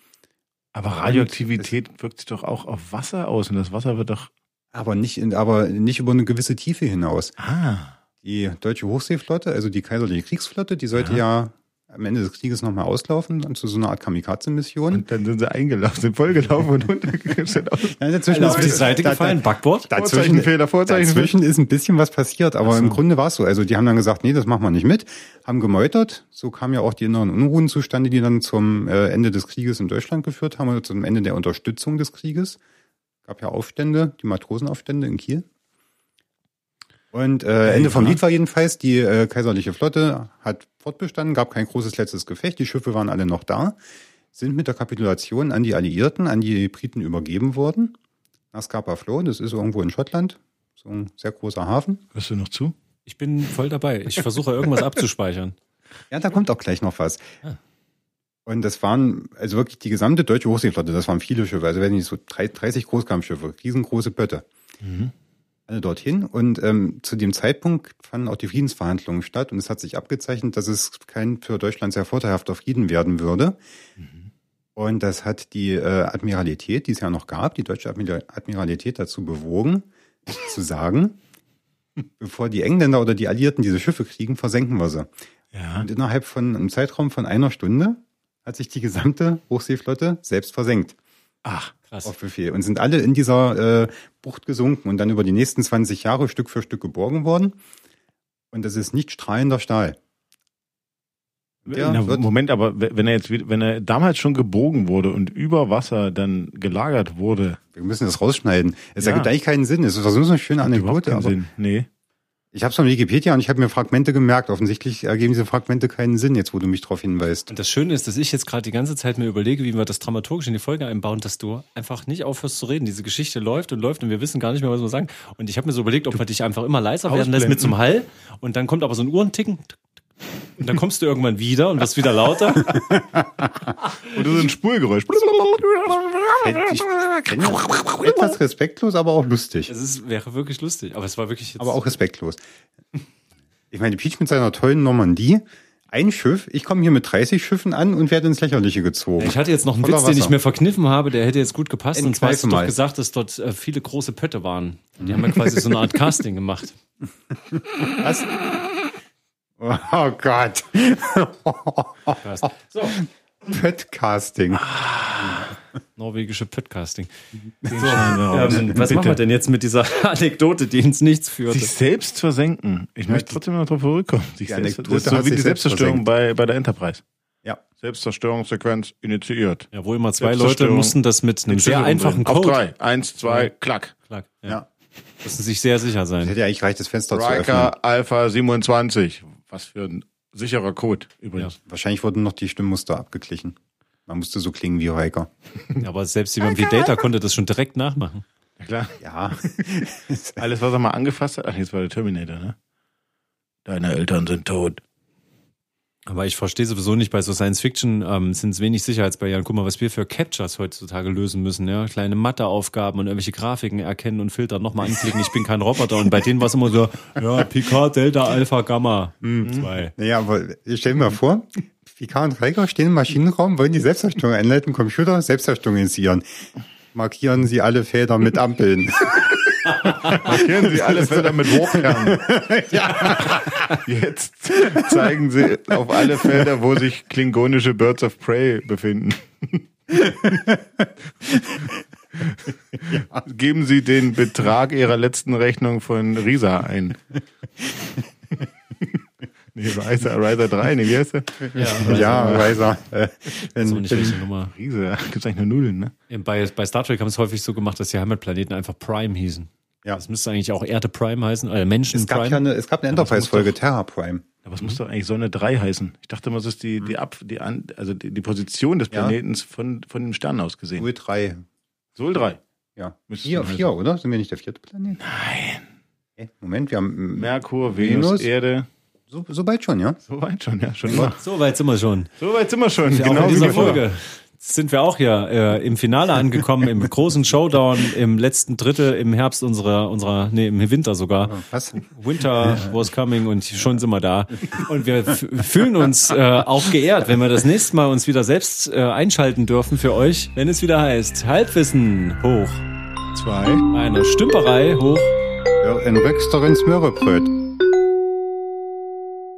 [SPEAKER 4] Aber Radioaktivität wirkt sich doch auch auf Wasser aus und das Wasser wird doch.
[SPEAKER 3] Aber nicht, in, aber nicht über eine gewisse Tiefe hinaus.
[SPEAKER 4] Ah.
[SPEAKER 3] Die deutsche Hochseeflotte, also die kaiserliche Kriegsflotte, die sollte ja, am Ende des Krieges nochmal auslaufen und zu so einer Art Kamikaze-Mission.
[SPEAKER 4] Und dann sind sie eingelaufen, sind vollgelaufen und untergegangen.
[SPEAKER 3] Ja, dazwischen
[SPEAKER 2] Auf die Seite
[SPEAKER 3] da- da-
[SPEAKER 2] gefallen, Backboard?
[SPEAKER 3] Dazwischen,
[SPEAKER 4] Vorzeichenfehler, Vorzeichenfehler.
[SPEAKER 3] dazwischen ist ein bisschen was passiert, aber im Grunde war es so. Also die haben dann gesagt, nee, das machen wir nicht mit, haben gemeutert. So kamen ja auch die inneren Unruhen zustande, die dann zum äh, Ende des Krieges in Deutschland geführt haben oder zum Ende der Unterstützung des Krieges. Gab ja Aufstände, die Matrosenaufstände in Kiel. Und äh, Ende vom Lied war jedenfalls, die äh, kaiserliche Flotte hat fortbestanden, gab kein großes letztes Gefecht, die Schiffe waren alle noch da, sind mit der Kapitulation an die Alliierten, an die Briten übergeben worden. Nach Scapa Flow, das ist irgendwo in Schottland, so ein sehr großer Hafen.
[SPEAKER 4] Hörst du noch zu?
[SPEAKER 2] Ich bin voll dabei. Ich versuche irgendwas abzuspeichern.
[SPEAKER 3] Ja, da kommt auch gleich noch was.
[SPEAKER 2] Ah.
[SPEAKER 3] Und das waren also wirklich die gesamte deutsche Hochseeflotte, das waren viele Schiffe, also werden die so drei- 30 Großkampfschiffe, riesengroße Bötte. Alle dorthin und ähm, zu dem Zeitpunkt fanden auch die Friedensverhandlungen statt und es hat sich abgezeichnet, dass es kein für Deutschland sehr vorteilhafter Frieden werden würde. Und das hat die äh, Admiralität, die es ja noch gab, die deutsche Admira- Admiralität dazu bewogen, zu sagen, bevor die Engländer oder die Alliierten diese Schiffe kriegen, versenken wir sie.
[SPEAKER 4] Ja.
[SPEAKER 3] Und innerhalb von einem Zeitraum von einer Stunde hat sich die gesamte Hochseeflotte selbst versenkt
[SPEAKER 4] Ach,
[SPEAKER 2] Krass.
[SPEAKER 3] auf Befehl und sind alle in dieser äh, Bucht gesunken und dann über die nächsten 20 Jahre Stück für Stück geborgen worden. Und das ist nicht strahlender Stahl. Der
[SPEAKER 4] Na,
[SPEAKER 3] wird,
[SPEAKER 4] Moment, aber we- wenn er jetzt, wieder- wenn er damals schon gebogen wurde und über Wasser dann gelagert wurde,
[SPEAKER 3] wir müssen das rausschneiden. Es
[SPEAKER 4] Ja.
[SPEAKER 3] ergibt eigentlich keinen Sinn. Es ist so eine schöne
[SPEAKER 4] hat überhaupt
[SPEAKER 3] Anekdote.
[SPEAKER 4] keinen
[SPEAKER 3] Aber
[SPEAKER 4] Sinn. Nee.
[SPEAKER 3] ich habe es von Wikipedia und ich habe mir Fragmente gemerkt. Offensichtlich ergeben diese Fragmente keinen Sinn, jetzt wo du mich darauf hinweist.
[SPEAKER 2] Und das Schöne ist, dass ich jetzt gerade die ganze Zeit mir überlege, wie wir das dramaturgisch in die Folge einbauen, dass du einfach nicht aufhörst zu reden. Diese Geschichte läuft und läuft und wir wissen gar nicht mehr, was wir sagen. Und ich habe mir so überlegt, ob wir dich einfach immer leiser werden lässt
[SPEAKER 4] Ausblenden.
[SPEAKER 2] mit zum Hall und dann kommt aber so ein Uhrenticken. Und dann kommst du irgendwann wieder und wirst wieder lauter.
[SPEAKER 4] Oder so ein Spulgeräusch.
[SPEAKER 3] Ich kenne das etwas respektlos, aber auch lustig.
[SPEAKER 2] Es ist, wäre wirklich lustig, aber es war wirklich jetzt.
[SPEAKER 3] Aber auch respektlos. Ich meine, Peach mit seiner tollen Normandie, ein Schiff, ich komme hier mit 30 Schiffen an und werde ins Lächerliche gezogen.
[SPEAKER 2] ich hatte jetzt noch einen
[SPEAKER 3] Voller
[SPEAKER 2] Witz, den ich
[SPEAKER 3] Wasser.
[SPEAKER 2] mir verkniffen habe, der hätte jetzt gut gepasst. Und zwar hast du doch
[SPEAKER 3] Entkneife mal.
[SPEAKER 2] gesagt, dass dort äh, viele große Pötte waren.
[SPEAKER 3] Mhm.
[SPEAKER 2] Die haben ja quasi so eine Art Casting gemacht.
[SPEAKER 3] Oh Gott.
[SPEAKER 2] Krass. So,
[SPEAKER 3] Podcasting.
[SPEAKER 2] norwegische Pöttcasting.
[SPEAKER 4] Ähm,
[SPEAKER 2] Ähm, Mhm. was machen wir denn jetzt mit dieser Anekdote, die ins Nichts führte?
[SPEAKER 4] Sich selbst versenken. Ich möchte trotzdem noch drauf zurückkommen. Sich
[SPEAKER 3] Die
[SPEAKER 4] selbst,
[SPEAKER 3] Anekdote
[SPEAKER 4] das ist
[SPEAKER 3] hat
[SPEAKER 4] so wie
[SPEAKER 3] sich
[SPEAKER 4] die
[SPEAKER 3] selbst
[SPEAKER 4] Selbstzerstörung bei, bei der Enterprise.
[SPEAKER 3] Ja.
[SPEAKER 4] Selbstzerstörungssequenz initiiert.
[SPEAKER 2] Ja, wo immer zwei Leute
[SPEAKER 4] Selbstzerstörung.
[SPEAKER 2] mussten das mit einem
[SPEAKER 4] Den
[SPEAKER 2] sehr
[SPEAKER 4] Schlüssel
[SPEAKER 2] einfachen
[SPEAKER 4] umdrehen. Auf
[SPEAKER 2] Code.
[SPEAKER 4] drei. Eins, zwei, klack.
[SPEAKER 2] Klack. Ja.
[SPEAKER 3] Ja.
[SPEAKER 2] Müssen sich sehr sicher sein.
[SPEAKER 3] Hätte ja eigentlich reicht, das Fenster zu öffnen.
[SPEAKER 4] Riker Alpha 27. Was für ein sicherer Code übrigens.
[SPEAKER 3] Wahrscheinlich wurden noch die Stimmmuster abgeglichen. Man musste so klingen wie Riker.
[SPEAKER 2] Aber selbst jemand wie Data konnte das schon direkt nachmachen.
[SPEAKER 4] Ja. Klar.
[SPEAKER 3] Ja.
[SPEAKER 4] Alles, was er mal angefasst hat. Ach, jetzt war der Terminator, ne? Deine Eltern sind tot.
[SPEAKER 2] Aber ich verstehe sowieso nicht, bei so Science Fiction ähm, sind es wenig Sicherheitsbarrieren. Guck mal, was wir für Captchas heutzutage lösen müssen, ja. Kleine Matheaufgaben und irgendwelche Grafiken erkennen und filtern, nochmal anklicken, ich bin kein Roboter. Und bei denen war es immer so, ja, Picard, Delta, Alpha, Gamma. Zwei.
[SPEAKER 3] naja, aber stell dir mal vor, Picard und Riker stehen im Maschinenraum, wollen die Selbstzerstörung einleiten, Computer Selbstzerstörung initiieren. Markieren Sie alle Felder mit Ampeln.
[SPEAKER 4] Markieren Sie alle Felder mit Warpkern. Jetzt zeigen Sie auf alle Felder, wo sich klingonische Birds of Prey befinden. Geben Sie den Betrag Ihrer letzten Rechnung von Risa ein. Nee, Risa, Risa 3, nee, wie heißt der?
[SPEAKER 2] Ja,
[SPEAKER 3] ja, Reiser. Äh, wenn,
[SPEAKER 2] so eine schlechte Nummer.
[SPEAKER 4] Risa, gibt's eigentlich nur Nudeln, ne?
[SPEAKER 2] Bei, bei Star Trek haben es häufig so gemacht, dass die Heimatplaneten einfach Prime hießen.
[SPEAKER 3] Ja.
[SPEAKER 2] Das müsste eigentlich auch Erde Prime heißen, oder Menschen
[SPEAKER 3] es, gab
[SPEAKER 2] Prime.
[SPEAKER 3] ja eine, es gab eine Enterprise-Folge, Terra Prime.
[SPEAKER 4] Aber es muss doch eigentlich Sonne 3 heißen. Ich dachte immer, es ist die, die, Ab, die, An, also die, die Position des
[SPEAKER 3] Ja.
[SPEAKER 4] Planeten von, von dem Stern aus gesehen.
[SPEAKER 3] Nur drei.
[SPEAKER 4] Sol 3.
[SPEAKER 3] Ja.
[SPEAKER 4] Müsste
[SPEAKER 3] Vier,
[SPEAKER 4] es heißen.
[SPEAKER 3] vier, oder? Sind wir nicht der vierte Planet? Nein. Moment, wir haben. m,
[SPEAKER 4] Merkur, Venus,
[SPEAKER 3] Venus.
[SPEAKER 4] Erde.
[SPEAKER 3] So, so bald schon, ja?
[SPEAKER 4] So weit schon, ja. Schon immer.
[SPEAKER 2] So weit sind wir schon.
[SPEAKER 4] So weit sind wir schon. Genau
[SPEAKER 2] Ja,
[SPEAKER 3] genau,
[SPEAKER 2] auch in
[SPEAKER 4] wie
[SPEAKER 2] dieser
[SPEAKER 4] wir
[SPEAKER 2] Folge sind wir auch hier äh, im Finale angekommen, im großen Showdown, im letzten Drittel, im Herbst unserer, unserer, nee, im Winter sogar.
[SPEAKER 3] Was?
[SPEAKER 2] Winter was coming und schon sind wir da. Und wir f- fühlen uns äh, auch geehrt, wenn wir das nächste Mal uns wieder selbst äh, einschalten dürfen für euch, wenn es wieder heißt Halbwissen hoch,
[SPEAKER 4] Zwei.
[SPEAKER 2] einer Stümperei hoch.
[SPEAKER 3] Äh, Ja, in Röckster ins Möhrebröt.